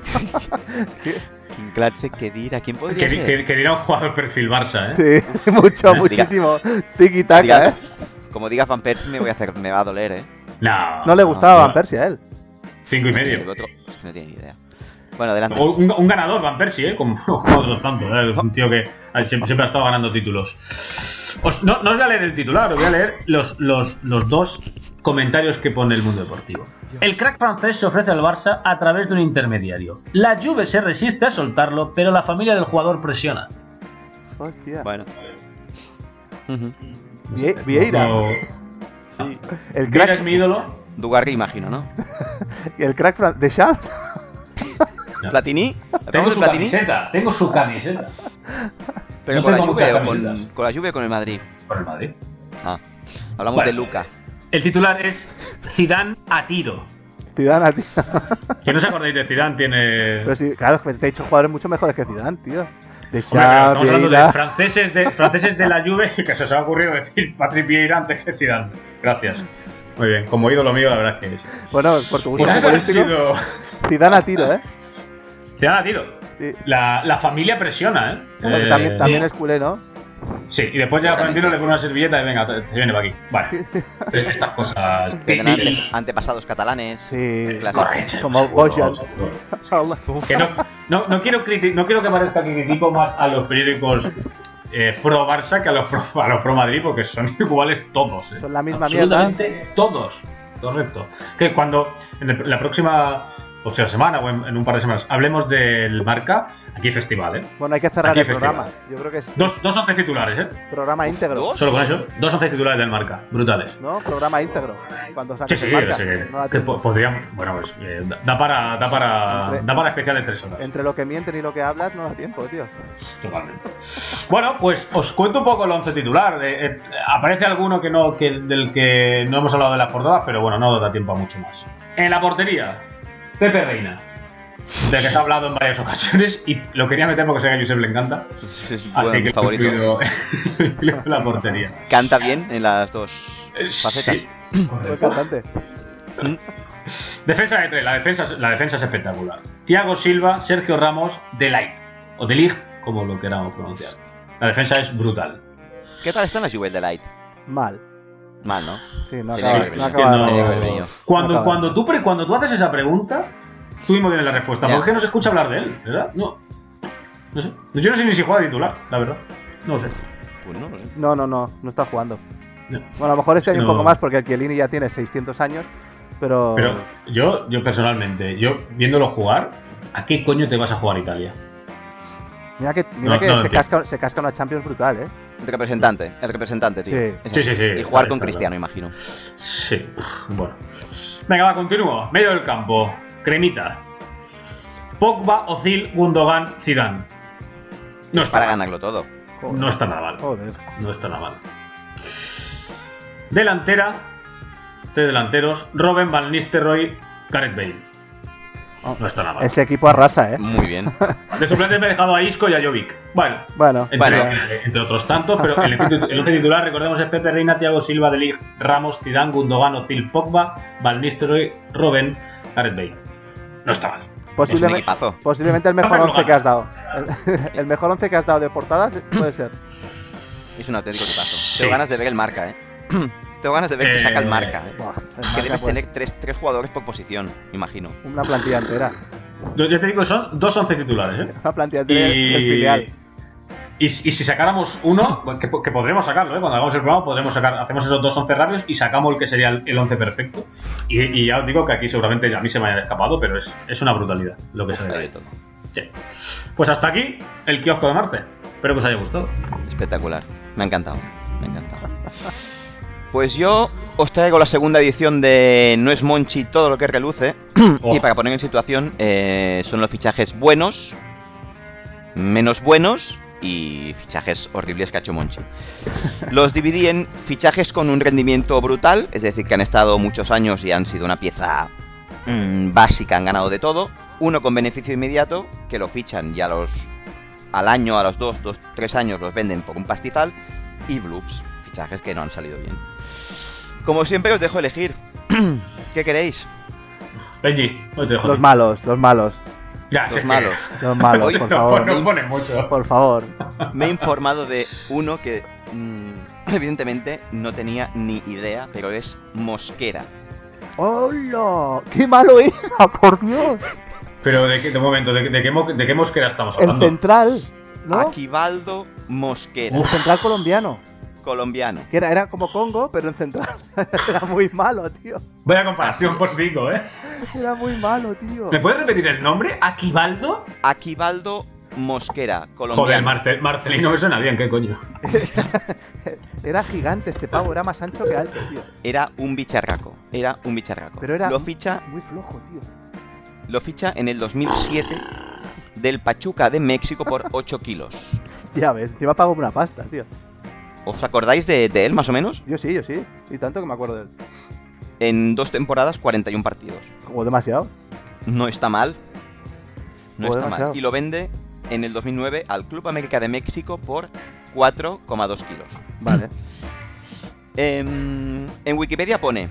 Kim Klatze, Kedir, ¿a quién
Que,
podría
di-
ser?
que, que dirá un jugador perfil Barça, ¿eh?
Sí, [laughs] mucho,
Diga-
muchísimo. Tiki taka,
Digas-
¿eh?
Como diga Van Persie me voy a hacer, me va a doler, eh.
No,
No le gustaba
no.
Van Persie a él.
Cinco y
El
medio.
otro, es que no tiene ni idea. Bueno, adelante.
O Un, un ganador, Van Persie, ¿eh? como [laughs] como otros tantos. ¿eh? Un tío que ah, siempre, siempre ha estado ganando títulos. Os- no, no os voy a leer el titular, os voy a leer los, los, los dos comentarios que pone el mundo deportivo. El crack francés se ofrece al Barça a través de un intermediario. La Juve se resiste a soltarlo, pero la familia del jugador presiona.
Hostia.
Bueno. Ujú.
Vie- Vieira.
No-
El
Vieira es
crack,
mi ídolo.
Dugarry, imagino, ¿no?
el crack fran- de Champs.
No.
Platini.
Tengo
¿Hablamos
su
de Platini?
camiseta, tengo su camiseta.
Pero
no
con la
tengo
Juve
mucha
o con,
camiseta.
con la Juve o con el Madrid.
Por el Madrid.
Ah. Hablamos
Bueno.
de Luca.
El titular es Zidane a tiro.
[laughs] Zidane, tío.
Que no os acordéis de Zidane, tiene...
Pero sí, claro, que te he dicho jugadores mucho mejores que Zidane, tío. De
Hombre, pero
Champs,
estamos hablando de
Vieira.
franceses de, franceses de la Juve que se os ha ocurrido decir Patrick Vieira antes que Zidane. Gracias. Muy bien, como ídolo mío, la verdad es que sí.
Bueno, por tu gusto
Pues eso ha
futbolístico,
sido
Zidane a tiro, ¿eh?
Zidane a tiro.
Sí.
La, la familia presiona, ¿eh?
Bueno, que
Eh,
también, también es culé, ¿no?
Sí, y después llega Florentino, le pone una servilleta y venga, te, te viene para aquí.
[laughs]
Vale. Estas cosas.
Tendrán ante- antepasados catalanes.
Sí.
Clásico.
Correcto,
Como
seguro,
Bojan.
seguro.
Hola.
Que no, no, no quiero criti- no quiero que parezca que critico más a los periódicos eh, pro Barça que a los pro, a los pro Madrid, porque son [laughs] iguales todos. eh.
Son la misma mierda.
Absolutamente todos. Correcto. Que cuando en el- la próxima o sea, semana o en, en un par de semanas hablemos del marca, aquí festival, ¿eh?
Bueno, hay que cerrar
Aquí
el
festival.
programa. Yo creo que es
Dos, dos 11 titulares, ¿eh?
programa íntegro.
¿dos?
Solo con eso. Dos 11 titulares del marca. Brutales.
¿No? Programa íntegro. Cuando
Sí,
saques
sí,
el marca.
sí, que-
No da
que
tiempo.
po- podríamos. Bueno, pues eh, da- da para, da para,
Entre-
da para especiales tres horas.
Entre lo que mienten y lo que hablas no da tiempo, tío.
Totalmente. Bueno, pues os cuento un poco el once titular. Eh, eh, aparece alguno que no, que, del que no hemos hablado de las portadas, pero bueno, no da tiempo a mucho más. En la portería, Pepe Reina. Del que se ha hablado en varias ocasiones y lo quería meter porque sé que a Josep le encanta.
Es
Así
bueno,
que
mi favorito.
lo he incluido [laughs] en la portería.
Canta bien en las dos
Eh,
facetas.
sí,
Buen
correcto.
cantante.
Defensa de tres, la defensa, es- la defensa es espectacular. Thiago Silva, Sergio Ramos, De Light. O De Ligt, como lo queramos pronunciar. La defensa es brutal.
¿Qué tal están las Juve de Light?
Mal.
Mal, ¿no?
Sí, no
Tenía
acaba.
que
No
haber
acaba.
venido. Tenía que haber
No.
venido.
No
Cuando,
acaba.
cuando, tú, pre- cuando tú haces esa pregunta, tú mismo tienes la respuesta.
Ya.
¿Por qué no se escucha hablar de él? ¿Verdad? No. No sé. Yo no sé ni si juega de titular, la verdad. No lo sé.
Pues no, no sé.
No, no, no, no está jugando.
No.
Bueno, a lo mejor este año
No.
un poco más porque el Chiellini ya tiene 600 años, pero,
Pero yo, yo personalmente, yo viéndolo jugar, ¿a qué coño te vas a jugar Italia?
mira que, mira
No,
que
no,
se,
entiendo.
casca, se casca una Champions brutal, ¿eh?
El representante, el representante, tío.
Sí.
Ese.
Sí, sí, sí,
Y jugar
está,
con
está,
Cristiano, imagino.
Sí. Bueno. Venga, va, continúo. Medio del campo. Cremita. Pogba, Ozil, Gundogan, Zidane. No está,
Para
mal.
ganarlo todo.
Joder.
no está nada mal.
Joder.
No está nada mal. Delantera. Tres delanteros. Robin Van Nistelrooy, Gareth Bale. No está nada mal.
Oh, Ese equipo arrasa, ¿eh?
Muy
[laughs]
bien.
De suplentes me he dejado a Isco y a Jovic. Bueno,
Bueno,
entre,
Bueno.
entre otros tantos, pero el,
[laughs]
once titu- el once titular, recordemos, es Pepe Reina, Thiago Silva, De Ligt, Ramos, Zidane, Gundogan, Ozil, Pogba, Van Nistelrooy, Robben, Gareth Bale. No está mal.
Es un
posiblemente,
equipazo.
posiblemente el mejor
Hombre,
11
lo
que has dado. El, [laughs] el mejor 11 que has dado de portadas puede ser.
Es un auténtico equipazo.
Sí.
Tengo ganas de ver el marca, eh. [clears throat] Tengo ganas de ver
Eh,
que saca el marca. eh.
Buah, el
Es
marca,
que debes
pues,
tener tres, tres jugadores por posición, imagino.
Una plantilla entera. [laughs]
Yo, yo te digo que son dos once titulares, ¿eh?
Una plantilla entera del- del filial.
Y, y si sacáramos uno, pues, que, que podremos sacarlo, ¿eh? cuando hagamos el programa, podremos sacar, hacemos esos dos 11 rabios y sacamos el que sería el, el 11 perfecto. Y, y ya os digo que aquí seguramente a mí se me haya escapado, pero es, es una brutalidad lo que se
Hay
ve.
de todo.
Sí. Pues hasta aquí el kiosco de Marte. Espero que os haya gustado.
Espectacular. Me ha encantado. Me ha encantado. Pues yo os traigo la segunda edición de No es Monchi todo lo que reluce. Y
Oh.
para poner en situación, eh, son los fichajes buenos, menos buenos y fichajes horribles que ha hecho Monchi. Los dividí en fichajes con un rendimiento brutal, es decir, que han estado muchos años y han sido una pieza mm, básica, han ganado de todo. Uno con beneficio inmediato, que lo fichan y a los, al año, a los dos, dos, tres años los venden por un pastizal. Y bluffs, fichajes que no [clears throat] han salido bien. Como siempre os dejo elegir. ¿Qué queréis?
Benji, hoy te dejo.
Los malos, los malos.
Ya, sé
Los
Ah, que- [laughs]
malos. [laughs]
Los malos,
Oye,
por
no,
favor.
no pone mucho.
Por favor.
Me he informado de uno que mm, [clears throat] evidentemente no tenía ni idea, pero es Mosquera.
¡Hola! ¡Qué malo era, por Dios!
Pero de qué, de momento, ¿de, qué- de qué, mo- de qué mosquera estamos
El
hablando?
central, ¿no?
Aquivaldo Mosquera,
El central colombiano.
colombiano.
Que era, era como Congo, pero en central. [laughs] era muy malo, tío.
Vaya comparación
Así
por
es.
cinco, ¿eh?
Era muy malo, tío.
¿Me puedes repetir el nombre? ¿Aquivaldo?
Aquivaldo Mosquera,
Joder,
colombiano.
Marce- Marcelino me suena bien, ¿qué coño?
Era gigante este pavo, era más ancho que alto, tío.
Era un bicharraco, era un bicharraco.
Pero era-
Lo ficha
Muy flojo, tío.
lo ficha en el 2007 del Pachuca de México por 8 kilos.
Ya ves, encima pago una pasta, tío.
¿Os acordáis de, de él más o menos?
Yo sí, yo sí. Y tanto que me acuerdo de él.
En dos temporadas, 41 partidos.
Como demasiado.
No está mal. No
Joder,
está mal.
demasiado.
Y lo vende en el 2009 al Club América de México por 4,2 kilos.
Vale.
Em, en Wikipedia pone,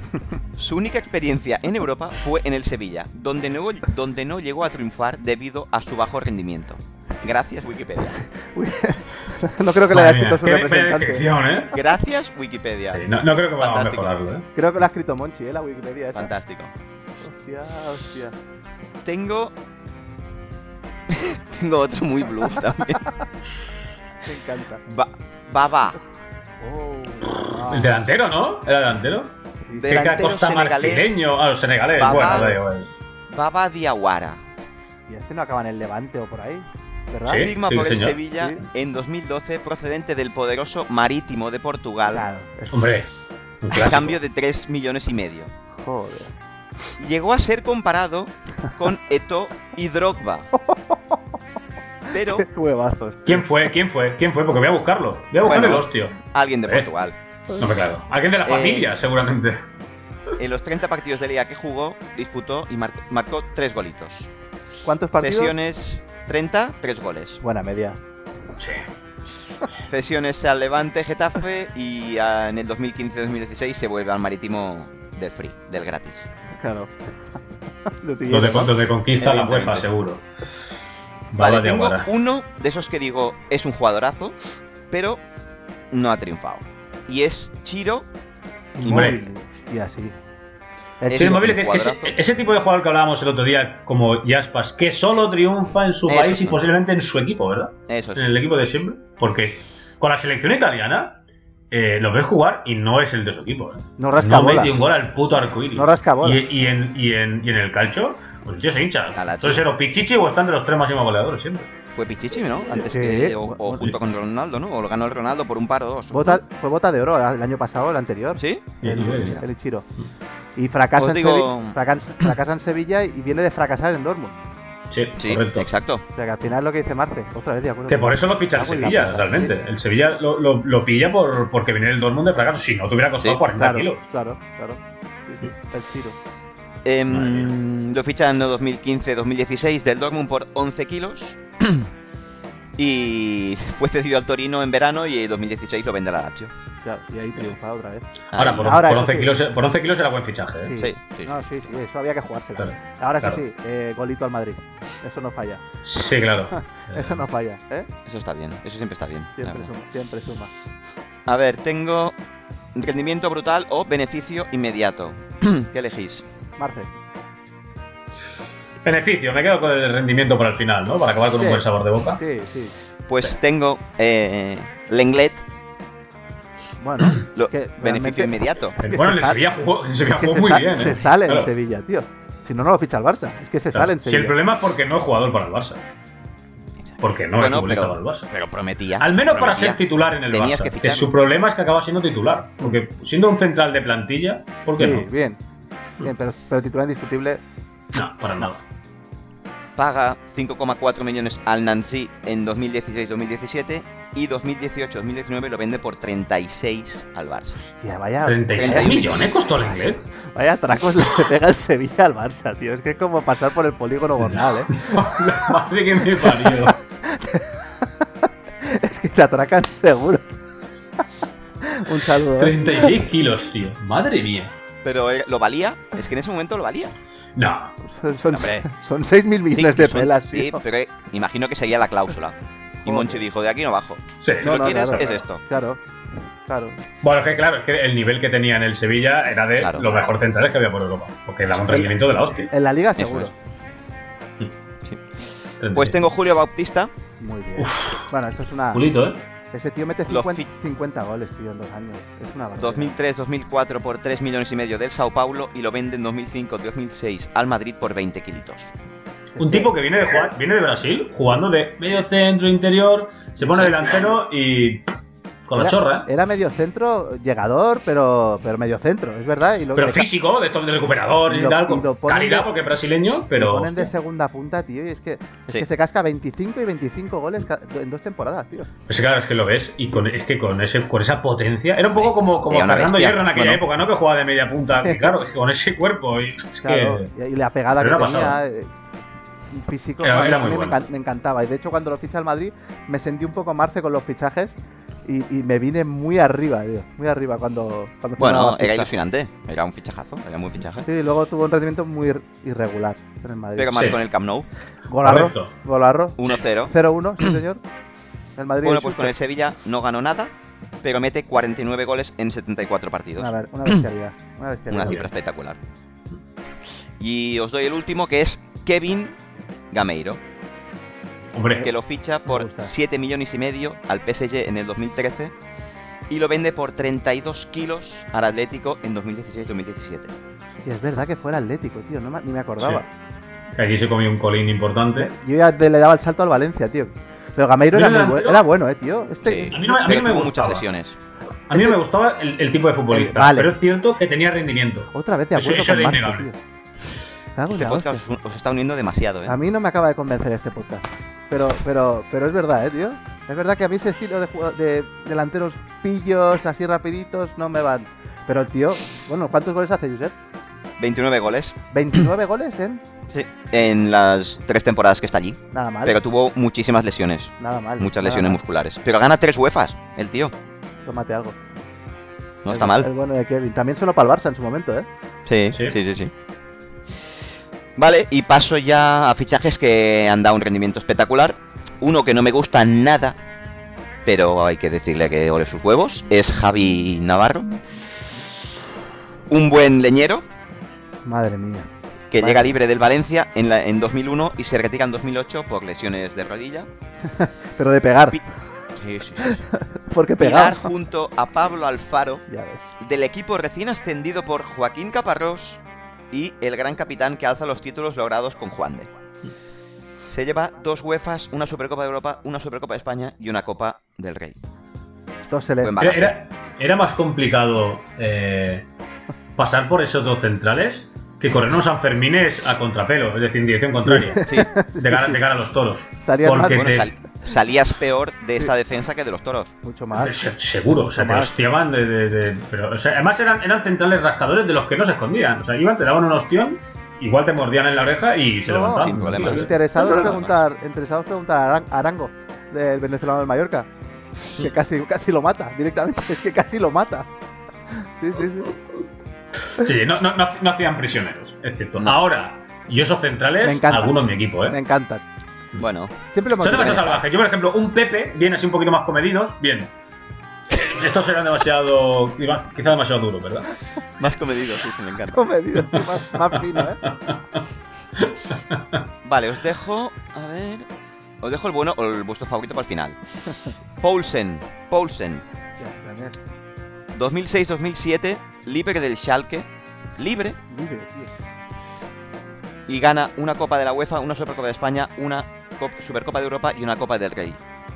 su única experiencia en Europa fue en el Sevilla, donde no, donde no llegó a triunfar debido a su bajo rendimiento. Gracias Wikipedia.
[laughs] no creo que le haya
Madre
escrito
mía,
su
qué- vaya
representante.
descripción, ¿eh?
Gracias Wikipedia.
Sí, No, no creo que vamos a
Fantástico.
mejorarlo, ¿eh?
Creo que lo ha escrito Monchi, eh, la Wikipedia esa.
Fantástico.
Hostia, hostia.
Tengo. [laughs] Tengo otro muy bluff también.
Me encanta.
Ba- Baba,
Oh, wow.
El delantero, ¿no? ¿Era delantero?
Sí,
delantero
Keca Costa
senegalés.
Marfileño. Ah, los senegaleses.
Babal.
Bueno, da igual.
Baba Diawara.
Y este no acaba en el Levante o por ahí, ¿verdad?
Sí,
Firma por el
señor.
Sevilla
Sí.
en 2012, procedente del poderoso Marítimo de Portugal,
Claro, es
Hombre, un
a
clásico.
cambio de 3 millones y medio.
joder.
Llegó a ser comparado con Eto y Drogba. Pero
Qué este. huevazos. tío.
¿Quién fue? ¿Quién fue? ¿Quién fue? Porque voy a buscarlo. Voy a buscar
Bueno.
el hostio.
alguien de
Eh.
Portugal.
No me claro. Alguien de la
Eh.
familia, seguramente.
En los 30 partidos de liga que jugó, disputó y mar- marcó 3 golitos.
¿Cuántos partidos?
Cesiones 30, 3 goles.
Buena media.
Sí.
Cesiones al Levante, Getafe y ah, en el 2015-2016 se vuelve al Marítimo del free, del gratis. [laughs]
Claro. Lo
Lo de,
¿no?
lo de conquista la
Evidentemente.
UEFA, seguro.
Vale,
Baba de
tengo
Aguara.
uno de esos que digo es un jugadorazo, pero no ha triunfado. Y es Chiro,
Hombre.
Inmóvil. Hostia, sí. El
Es
Sí,
Chiro-
Inmóvil, que es que
cuadrazo.
ese, ese tipo de jugador que hablábamos el otro día, como Jaspas, que solo triunfa en su
Eso
país
sí.
y posiblemente en su equipo, ¿verdad?
eso
En
es.
el equipo de siempre. Porque con la selección italiana eh, lo ves jugar y no es el de su equipo. ¿eh?
No rasca
No
bola.
mete un gol al puto arcoíris.
No rasca bola.
Y, y en, y, en, y en el calcio, pues el tío se hincha.
A la
Entonces era o Pichichi o están de los tres máximos goleadores siempre.
Fue Pichichi, ¿no? Antes
Sí.
que. O, o junto con Ronaldo, ¿no? O lo ganó el Ronaldo por un par o dos.
Bota- fue bota de oro el año pasado, el anterior.
¿Sí?
El,
Y-
el,
y-
el Chiro. Y fracasa,
Os
en
digo-
Sevi- fracan- fracasa en Sevilla y viene de fracasar en Dortmund.
sí,
Sí,
correcto.
exacto.
O sea que al final lo que dice Marce, otra vez de acuerdo.
Que por eso lo ficha el
Cago en la
Sevilla,
puta,
realmente.
sí.
El Sevilla lo, lo- lo pilla por, porque viene el Dortmund de fracaso. Si no, te hubiera costado
Sí,
40
Claro,
kilos.
claro, claro. Sí, sí, El Chiro.
Em,
Madre
lo ficha en el 2015-2016 del Dortmund por 11 kilos. [clears throat] y [laughs] fue cedido al Torino en verano y en 2016 lo vende a la Lazio.
Claro, y ahí triunfa otra vez.
Ahora, por,
Ahora,
por
eso
11
sí.
kilos, por 11 kilos era buen fichaje. ¿eh?
Sí.
Sí, sí.
No, sí, sí, eso había que jugársela.
Claro,
Ahora
claro.
eso sí, eh, golito al Madrid. Eso no falla.
Sí, claro.
[laughs] Eso no falla, ¿eh?
Eso está bien, eso siempre está bien. la
Siempre
verdad.
suma, siempre suma.
A ver, tengo rendimiento brutal o beneficio
[clears throat]
inmediato. ¿Qué elegís?
Marce.
Beneficio, me quedo con el rendimiento para el final, ¿no? Para acabar con
Sí.
un buen sabor de boca.
Sí, sí.
Pues tengo eh, Lenglet,
Bueno,
lo-
es que realmente-
beneficio inmediato.
Es que
bueno,
se
en el
sal-
Sevilla jugó, en Sevilla
es que
jugó
se,
muy
sa-
bien. ¿eh?
se sale
Claro,
en Sevilla, tío. Si no, no lo ficha el Barça. Es que se
claro.
sale en
Si el
Sevilla.
problema es porque no es jugador para el Barça. Porque no
Bueno,
es futbolista
pero-
para el Barça.
Pero prometía.
Al menos para
prometía.
ser titular en el
Tenías
Barça.
que
Que
ficharlo.
su problema es que acaba siendo titular. Porque siendo un central de plantilla, ¿por qué
sí, bien. Bien, pero, pero titular indiscutible.
no? No, para nada.
Paga 5,4 millones al Nancy en 2016-2017 y 2018-2019 lo vende por 36 al Barça.
Hostia, vaya,
36
36
millones costó el
[laughs]
inglés. [laughs]
vaya tracos le que pega el Sevilla al Barça, tío. Es que es como pasar por el polígono
[laughs]
gornal, ¿eh?
La Madre que
[laughs]
me parió.
Es que te atracan seguro. [laughs] Un saludo. ¿eh?
36 kilos, tío. Madre mía.
Pero eh, lo valía, es que en ese momento lo valía.
No.
Son, son,
Hombre.
son 6.000 millones
Sí,
de
son-
pelas,
Sí,
tío.
pero eh, imagino que seguía la cláusula. Y Monchi dijo, de aquí no bajo.
Sí,
Si
No,
lo
no,
quieres,
claro,
es
claro.
esto.
Claro, claro.
Bueno, es que claro, es que el nivel que tenía en el Sevilla era de
Claro.
los mejores centrales que había por Europa. Porque daba un rendimiento de la hostia.
En la liga
Eso
seguro.
es. Pues tengo Julio Bautista.
Muy bien. Bueno, esto es una...
Pulito, ¿eh?
Ese tío mete
Lo
50,
fi-
50 goles, tío, en dos años. Es una barbaridad.
2003-2004 por 3 millones y medio del Sao Paulo y lo vende en 2005-2006 al Madrid por 20 kilitos.
Un tipo que viene de jugar, viene de Brasil, jugando de medio centro, interior, se pone delantero y. con la
Era-
chorra, ¿eh?
Era medio centro, llegador, pero, pero medio centro, es verdad. Y lo,
Pero
le-
físico, de estos de recuperador y,
y lo-
tal,
y
con
lo ponen
calidad
de-
porque es brasileño, pero.
lo ponen de
hostia.
segunda punta, tío. Y es que, es
Sí.
que se casca 25 y 25 goles ca- en dos temporadas, tío.
Pues claro, es que lo ves, y con, es que con ese con esa potencia. Era un poco como, como
Era una
Fernando
bestia.
Hierro en aquella
Bueno.
época, ¿no? Que jugaba de media punta.
Sí. [laughs]
que claro, es que con ese cuerpo. Y, es
Claro,
que.
y- y la pegada que
Pero
tenía,
era pasada.
eh, un físico,
Era-
a mí-
era
a mí
muy
me,
bueno.
encan- me encantaba. Y de hecho, cuando lo ficha el Madrid, me sentí un poco marce con los fichajes y, y me vine muy arriba, tío, muy arriba cuando, cuando firmaba
Bueno,
Batista.
era ilusionante. Era un fichajazo, era muy fichaje.
Sí, luego tuvo un rendimiento muy ir- irregular en el Madrid.
Pero mal
Sí.
con el Camp Nou,
Golarro,
Correcto.
golarro,
1-0.
0-1, sí señor. El Madrid
Bueno,
y
pues
Schuster.
con el Sevilla no ganó nada, pero mete 49 goles en 74 partidos.
Una, ver- una bestialidad. Una bestialidad.
Una cifra espectacular. Y os doy el último, que es Kevin Gameiro,
Hombre,
que lo ficha por
gusta.
7 millones y medio al PSG en el 2013 y lo vende por 32 kilos al Atlético en 2016-2017.
Hostia, es verdad que fuera Atlético, tío. No me- ni me acordaba.
que allí se comió un colín importante.
Eh, Yo ya de- le daba el salto al Valencia, tío. Pero Gameiro era,
Mira,
muy
yo-
bu- era bueno, eh, tío. Este,
A mí no me- a mí
pero
no me
tuvo
gustaba.
muchas lesiones.
Ah,
A mí no me gustaba el, el tipo de futbolista,
Vale.
pero es cierto que tenía rendimiento.
Otra vez de
Eso- eh.
acuerdo
eso
con
era
Marce,
innegable.
tío. Me cago en
Este
la
podcast
hostia.
os, os está uniendo demasiado, ¿eh?
A mí no me acaba de convencer este podcast. Pero, pero, pero es verdad, eh, tío. Es verdad que a mí ese estilo de, jugado- de delanteros pillos, así rapiditos, no me van. Pero el tío, bueno, ¿cuántos goles hace, Josep?
29 goles [clears throat]
29 goles, ¿eh?
sí, en las tres temporadas que está allí,
Nada mal.
pero tuvo muchísimas lesiones.
nada mal.
Muchas
nada
lesiones
mal.
musculares. Pero gana tres UEFAs, el tío.
Tómate algo.
No
El-
está mal.
El bueno de Kevin. También solo para el Barça en su momento, ¿eh?
Sí, sí,
Sí.
sí, sí. Vale, y paso ya a fichajes que han dado un rendimiento espectacular. Uno que no me gusta nada, pero hay que decirle que ole sus huevos, es Javi Navarro. Un buen leñero
Madre mía.
que
Vale.
llega libre del Valencia en, la- en 2001 y se retira en 2008 por lesiones de rodilla.
Pero de pegar.
Pi- Sí, sí, sí.
Porque
Pilar
pegar.
junto a Pablo Alfaro
Ya ves.
del equipo recién ascendido por Joaquín Caparrós y el gran capitán que alza los títulos logrados con Juan de. Se lleva dos UEFAs, una Supercopa de Europa, una Supercopa de España y una Copa del Rey.
Dos se le-
Buen
Era,
bagaje.
era, era más complicado eh, pasar por esos dos centrales que correr unos Sanfermines a contrapelo, es decir, en dirección contraria,
Sí.
de, cara, de cara a los toros.
Salían
Porque
Bueno,
más-
te-
sal- salías peor de esa defensa que de los toros.
Mucho más.
se- seguro, o sea, te
Tomás.
hostiaban de... de- de- pero, o sea, además eran, eran centrales rascadores de los que no se escondían. O sea, iban, te daban un hostión, igual te mordían en la oreja y se
No,
levantaban.
sin problemas.
Interesados
No hay problema.
preguntar, interesados preguntar a Aran- Arango, del venezolano del Mallorca. Que casi, casi lo mata, directamente. [laughs] Es que casi lo mata. Sí, sí, sí.
Sí, no, no, no- no hacían prisioneros, es cierto.
No.
Ahora, yo esos centrales,
Me encanta.
algunos en mi equipo, ¿eh?
Me encantan.
Bueno,
Siempre lo hemos
Son demasiado
dicho.
salvajes. Yo, por ejemplo, un Pepe, bien así un poquito más comedidos, bien. Estos eran demasiado. Quizá demasiado duro, ¿verdad?
más comedido, sí, me encanta.
[laughs] Comedido, sí, más, más fino, ¿eh?
Vale, os dejo. A ver. Os dejo el bueno o el vuestro favorito para el final. Poulsen, Poulsen,
Ya, también es
2006-2007, libre del Schalke. Libre,
libre, tío.
y gana una Copa de la UEFA, una Supercopa de España, una Cop- Supercopa de Europa y una Copa del Rey.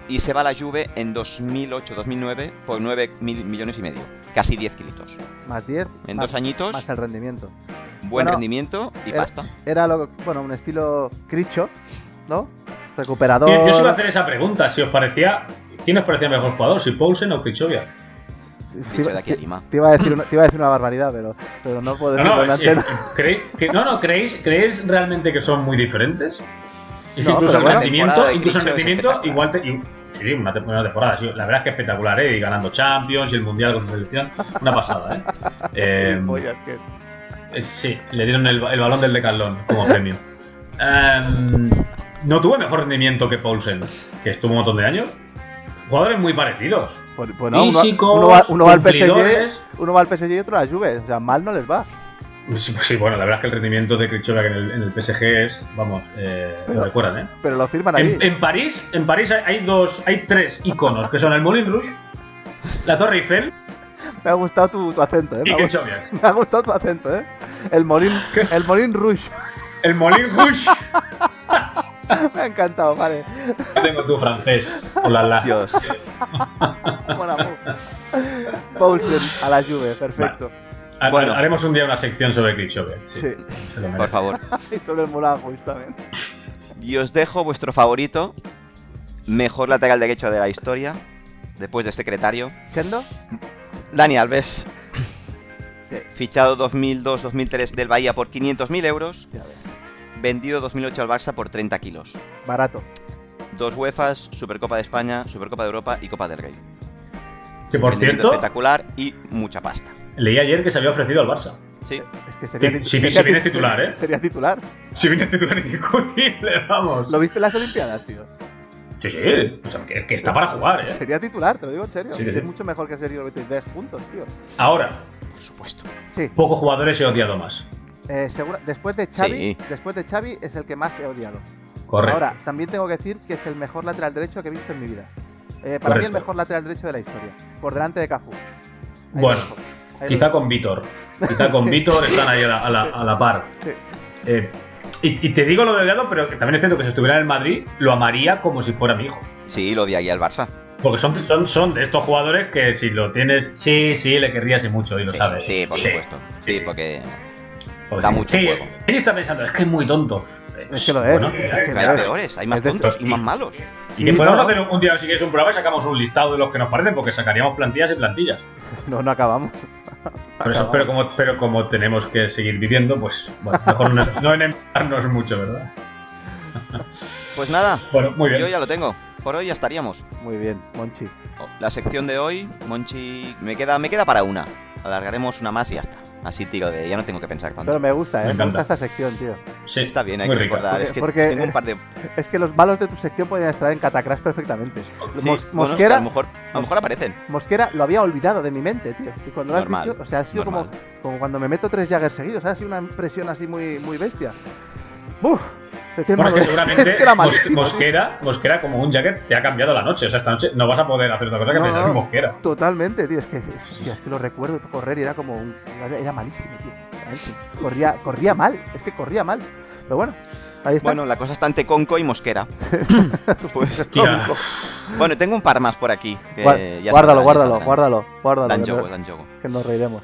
Y se va a la Juve en 2008-2009 por 9 mil millones y medio, casi 10 kilitos.
Más 10.
En
más-
dos añitos,
Más el rendimiento.
buen
bueno, eh,
rendimiento y
era-
pasta.
Era lo, bueno, un estilo cricho, ¿no?
Yo,
Recuperador.
yo os iba a hacer esa pregunta, si os parecía. ¿Quién os parecía mejor jugador? ¿Si Poulsen o Krichovia?
Dicho de aquí a Lima.
Te iba a decir una, te iba a decir una barbaridad, pero, pero no puedo
No,
decirlo
no,
en
es-
antena.
es- ¿creéis, que- no, no, ¿creéis, ¿creéis realmente que son muy diferentes? Es que
No, pero
incluso el
bueno.
temporada
rendimiento,
de
incluso el
Cricho es
rendimiento,
espectacular.
igual te, y- sí, una temporada, una temporada, sí, la verdad es que espectacular, ¿eh?
[laughs]
[laughs]
Y ganando Champions y el Mundial con selección, una pasada, ¿eh? Eh,
Gilipollas, que-
Eh, Sí, le dieron el, ba- el balón del Decathlon como premio. Em, no tuvo mejor rendimiento que Paulsen, que estuvo un montón de años. Jugadores muy parecidos.
Pues, pues no, uno,
Físicos,
uno va, uno va al
cumplidores.
PSG, uno va al PSG y otro a la Juve. O sea, mal no les va.
Sí, pues sí, bueno, la verdad es que el rendimiento de Krzyzowak en el, en el PSG es, vamos, eh, lo
Pero-
recuerdan, ¿eh?
Pero lo firman ahí.
En, en París, en París hay- hay dos, hay tres iconos, que son el Moulin Rouge, la Torre Eiffel
Me ha gustado tu, tu acento, eh.
y
Me ha, gust- [laughs]
Krzyzowak.
me ha gustado tu acento, eh. El Molín, el Molín Rush. [laughs]
El Moulin Rouge,
[laughs]
me ha encantado, vale.
que tengo tu francés. Hola, la.
Dios.
Mon amour.
[laughs]
Paulsen a la Juve, perfecto.
Ha-
Bueno.
Haremos un día una sección sobre Krzyzowak. Sí,
Sí.
se lo merece.
Por favor.
[laughs] Y sobre el Moulin Rouge también.
Y os dejo vuestro favorito, mejor lateral derecho de la historia, después de secretario,
¿Chendo?
Dani Alves.
Sí.
Fichado 2002-2003 del Bahía por 500.000 euros,
Ya ves.
vendido 2008 al Barça por 30 kilos.
Barato.
Dos UEFAs, Supercopa de España, Supercopa de Europa y Copa del Rey.
Que por
Rendimiento
cierto,
espectacular y mucha pasta.
leí ayer que se había ofrecido al Barça. [laughs]
Sí.
Es que sería,
Sí,
tit-
sí,
sería
sí, viene
tit-
titular, ¿eh?
Sería titular.
Si viene titular indiscutible, vamos.
¿Lo viste en las Olimpiadas, tío?
Sí, sí, o sea, que, que está para jugar, ¿eh?
Sería titular, te lo digo en serio.
Sí, sí.
Es mucho mejor que Sergio Betis 10 puntos, tío.
Ahora,
Por supuesto.
Sí.
pocos jugadores he odiado más.
Eh, segura- después de Xavi,
Sí.
después de Xavi es el que más he odiado.
Correcto.
Ahora, también tengo que decir que es el mejor lateral derecho que he visto en mi vida. Eh, para mí el
Correcto.
mejor lateral derecho de la historia, por delante de Cafu. Ahí lo
Bueno,
dejo. Ahí lo
Quizá
dejo.
con Vítor.
[laughs]
Quizá con Vítor están ahí a la, a la- a la par.
Sí.
Eh, y, y te digo lo de odiado, pero que también es cierto que si estuviera en el Madrid, lo amaría como si fuera mi hijo.
Sí, lo odiaría al Barça.
Porque son, son, son de estos jugadores que si lo tienes, sí, sí, le querrías y mucho, y lo
sí,
sabes.
sí, por supuesto.
Sí,
Sí,
sí.
porque
Porque
Da mucho
sí,
juego.
Él está pensando, es que es muy tonto.
Es que lo es,
Bueno, eh,
es que
hay
Claro.
peores, hay más
Es de-
tontos y más malos.
y que
Sí,
podemos
no,
hacer un, un día, si quieres, un programa y sacamos un listado de los que nos parecen, porque sacaríamos plantillas y plantillas.
No, no acabamos. [laughs]
Pero, eso-
Acabamos.
pero como, pero como tenemos que seguir viviendo, pues bueno, mejor no, no enemistarnos mucho, ¿verdad?
Pues nada,
Bueno, muy
yo
bien.
ya lo tengo. Por hoy ya estaríamos.
Muy bien, Monchi.
La sección de hoy, Monchi, me queda, me queda para una. Alargaremos una más y ya está. Así tiro de, ya no tengo que pensar tanto.
Pero me gusta,
Me
¿eh? Me,
encanta.
gusta esta sección, tío.
Sí,
Está bien, hay
muy
que
rica.
recordar. Es que
Porque-
tengo un par de.
Es que los malos de tu sección podrían estar en Catacrash perfectamente.
sí,
Mos-
bueno,
Mosquera,
a lo mejor, a lo mejor aparecen.
Mosquera lo había olvidado de mi mente, tío. Y cuando lo has
Normal,
dicho, o sea, ha sido como,
normal.
como cuando me meto tres Jaggers seguidos, ¿sabes? Ha sido una impresión así muy, muy bestia. ¡Buf! Qué
Bueno,
malo
que
es. [laughs]
seguramente
es que era
Mos-
malísimo, tío.
Mosquera, Mosquera, como un jacket, te ha cambiado la noche. O sea, esta noche no vas a poder hacer otra cosa que
No,
pensar en
no.
Mosquera.
Totalmente, tío. Es que, tío, es que lo recuerdo correr y era como un. Era malísimo, tío. Realmente. Corría, corría mal, es que corría mal. Pero bueno, ahí está.
Bueno, la cosa está entre Conco y
[laughs]
Mosquera. pues,
Tira.
bueno, tengo un par más por aquí. que
Guar-
ya saldrán, ya
guárdalo, guárdalo,
saldrán.
guárdalo, guárdalo,
Dan
que
jogo,
nos-
dan jogo.
que nos reiremos.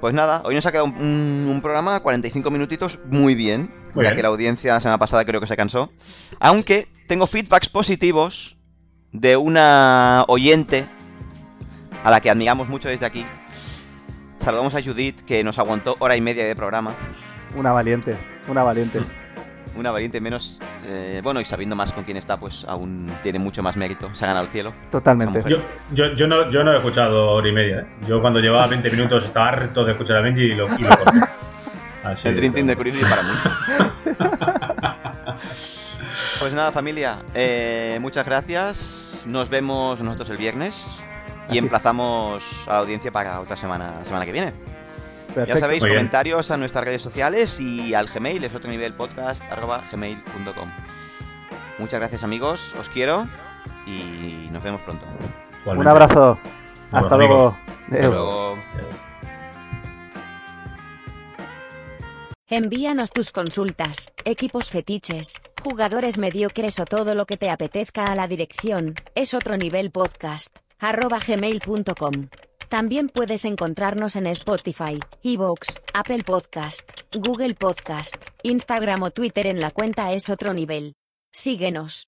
Pues nada, hoy nos ha quedado un, un programa, 45 minutitos, muy bien,
Muy
ya
bien.
que la audiencia la semana pasada creo que se cansó. Aunque tengo feedbacks positivos de una oyente a la que admiramos mucho desde aquí. Saludamos a Judith, que nos aguantó hora y media de programa.
Una valiente,
[laughs]
una valiente.
Una valiente menos, eh, bueno, y sabiendo más con quién está, pues aún tiene mucho más mérito. Se ha ganado el cielo.
Totalmente.
Esa
Yo, yo, yo, no, yo no he escuchado hora y media. ¿eh? Yo cuando llevaba 20 minutos estaba harto de escuchar a Benji y lo, y lo
[laughs]
corté. Así
el
que-
Dream Team de Curiosity para mucho.
[laughs]
pues nada, familia, eh, muchas gracias. Nos vemos nosotros el viernes y
Así.
emplazamos a la audiencia para otra semana, la semana que viene. Ya
Perfecto.
sabéis,
Muy bien.
comentarios a nuestras redes sociales y al Gmail, es otro nivel podcast, arroba gmail.com. Muchas gracias amigos, os quiero y nos vemos pronto.
Un
Igualmente.
abrazo.
Bueno,
Hasta
amigos.
luego.
Hasta
Adeu.
luego.
Envíanos tus consultas, equipos fetiches, jugadores mediocres o todo lo que te apetezca a la dirección es otro nivel podcast arroba gmail.com. También puedes encontrarnos en Spotify, Evox, Apple Podcast, Google Podcast, Instagram o Twitter en la cuenta es otro nivel. Síguenos.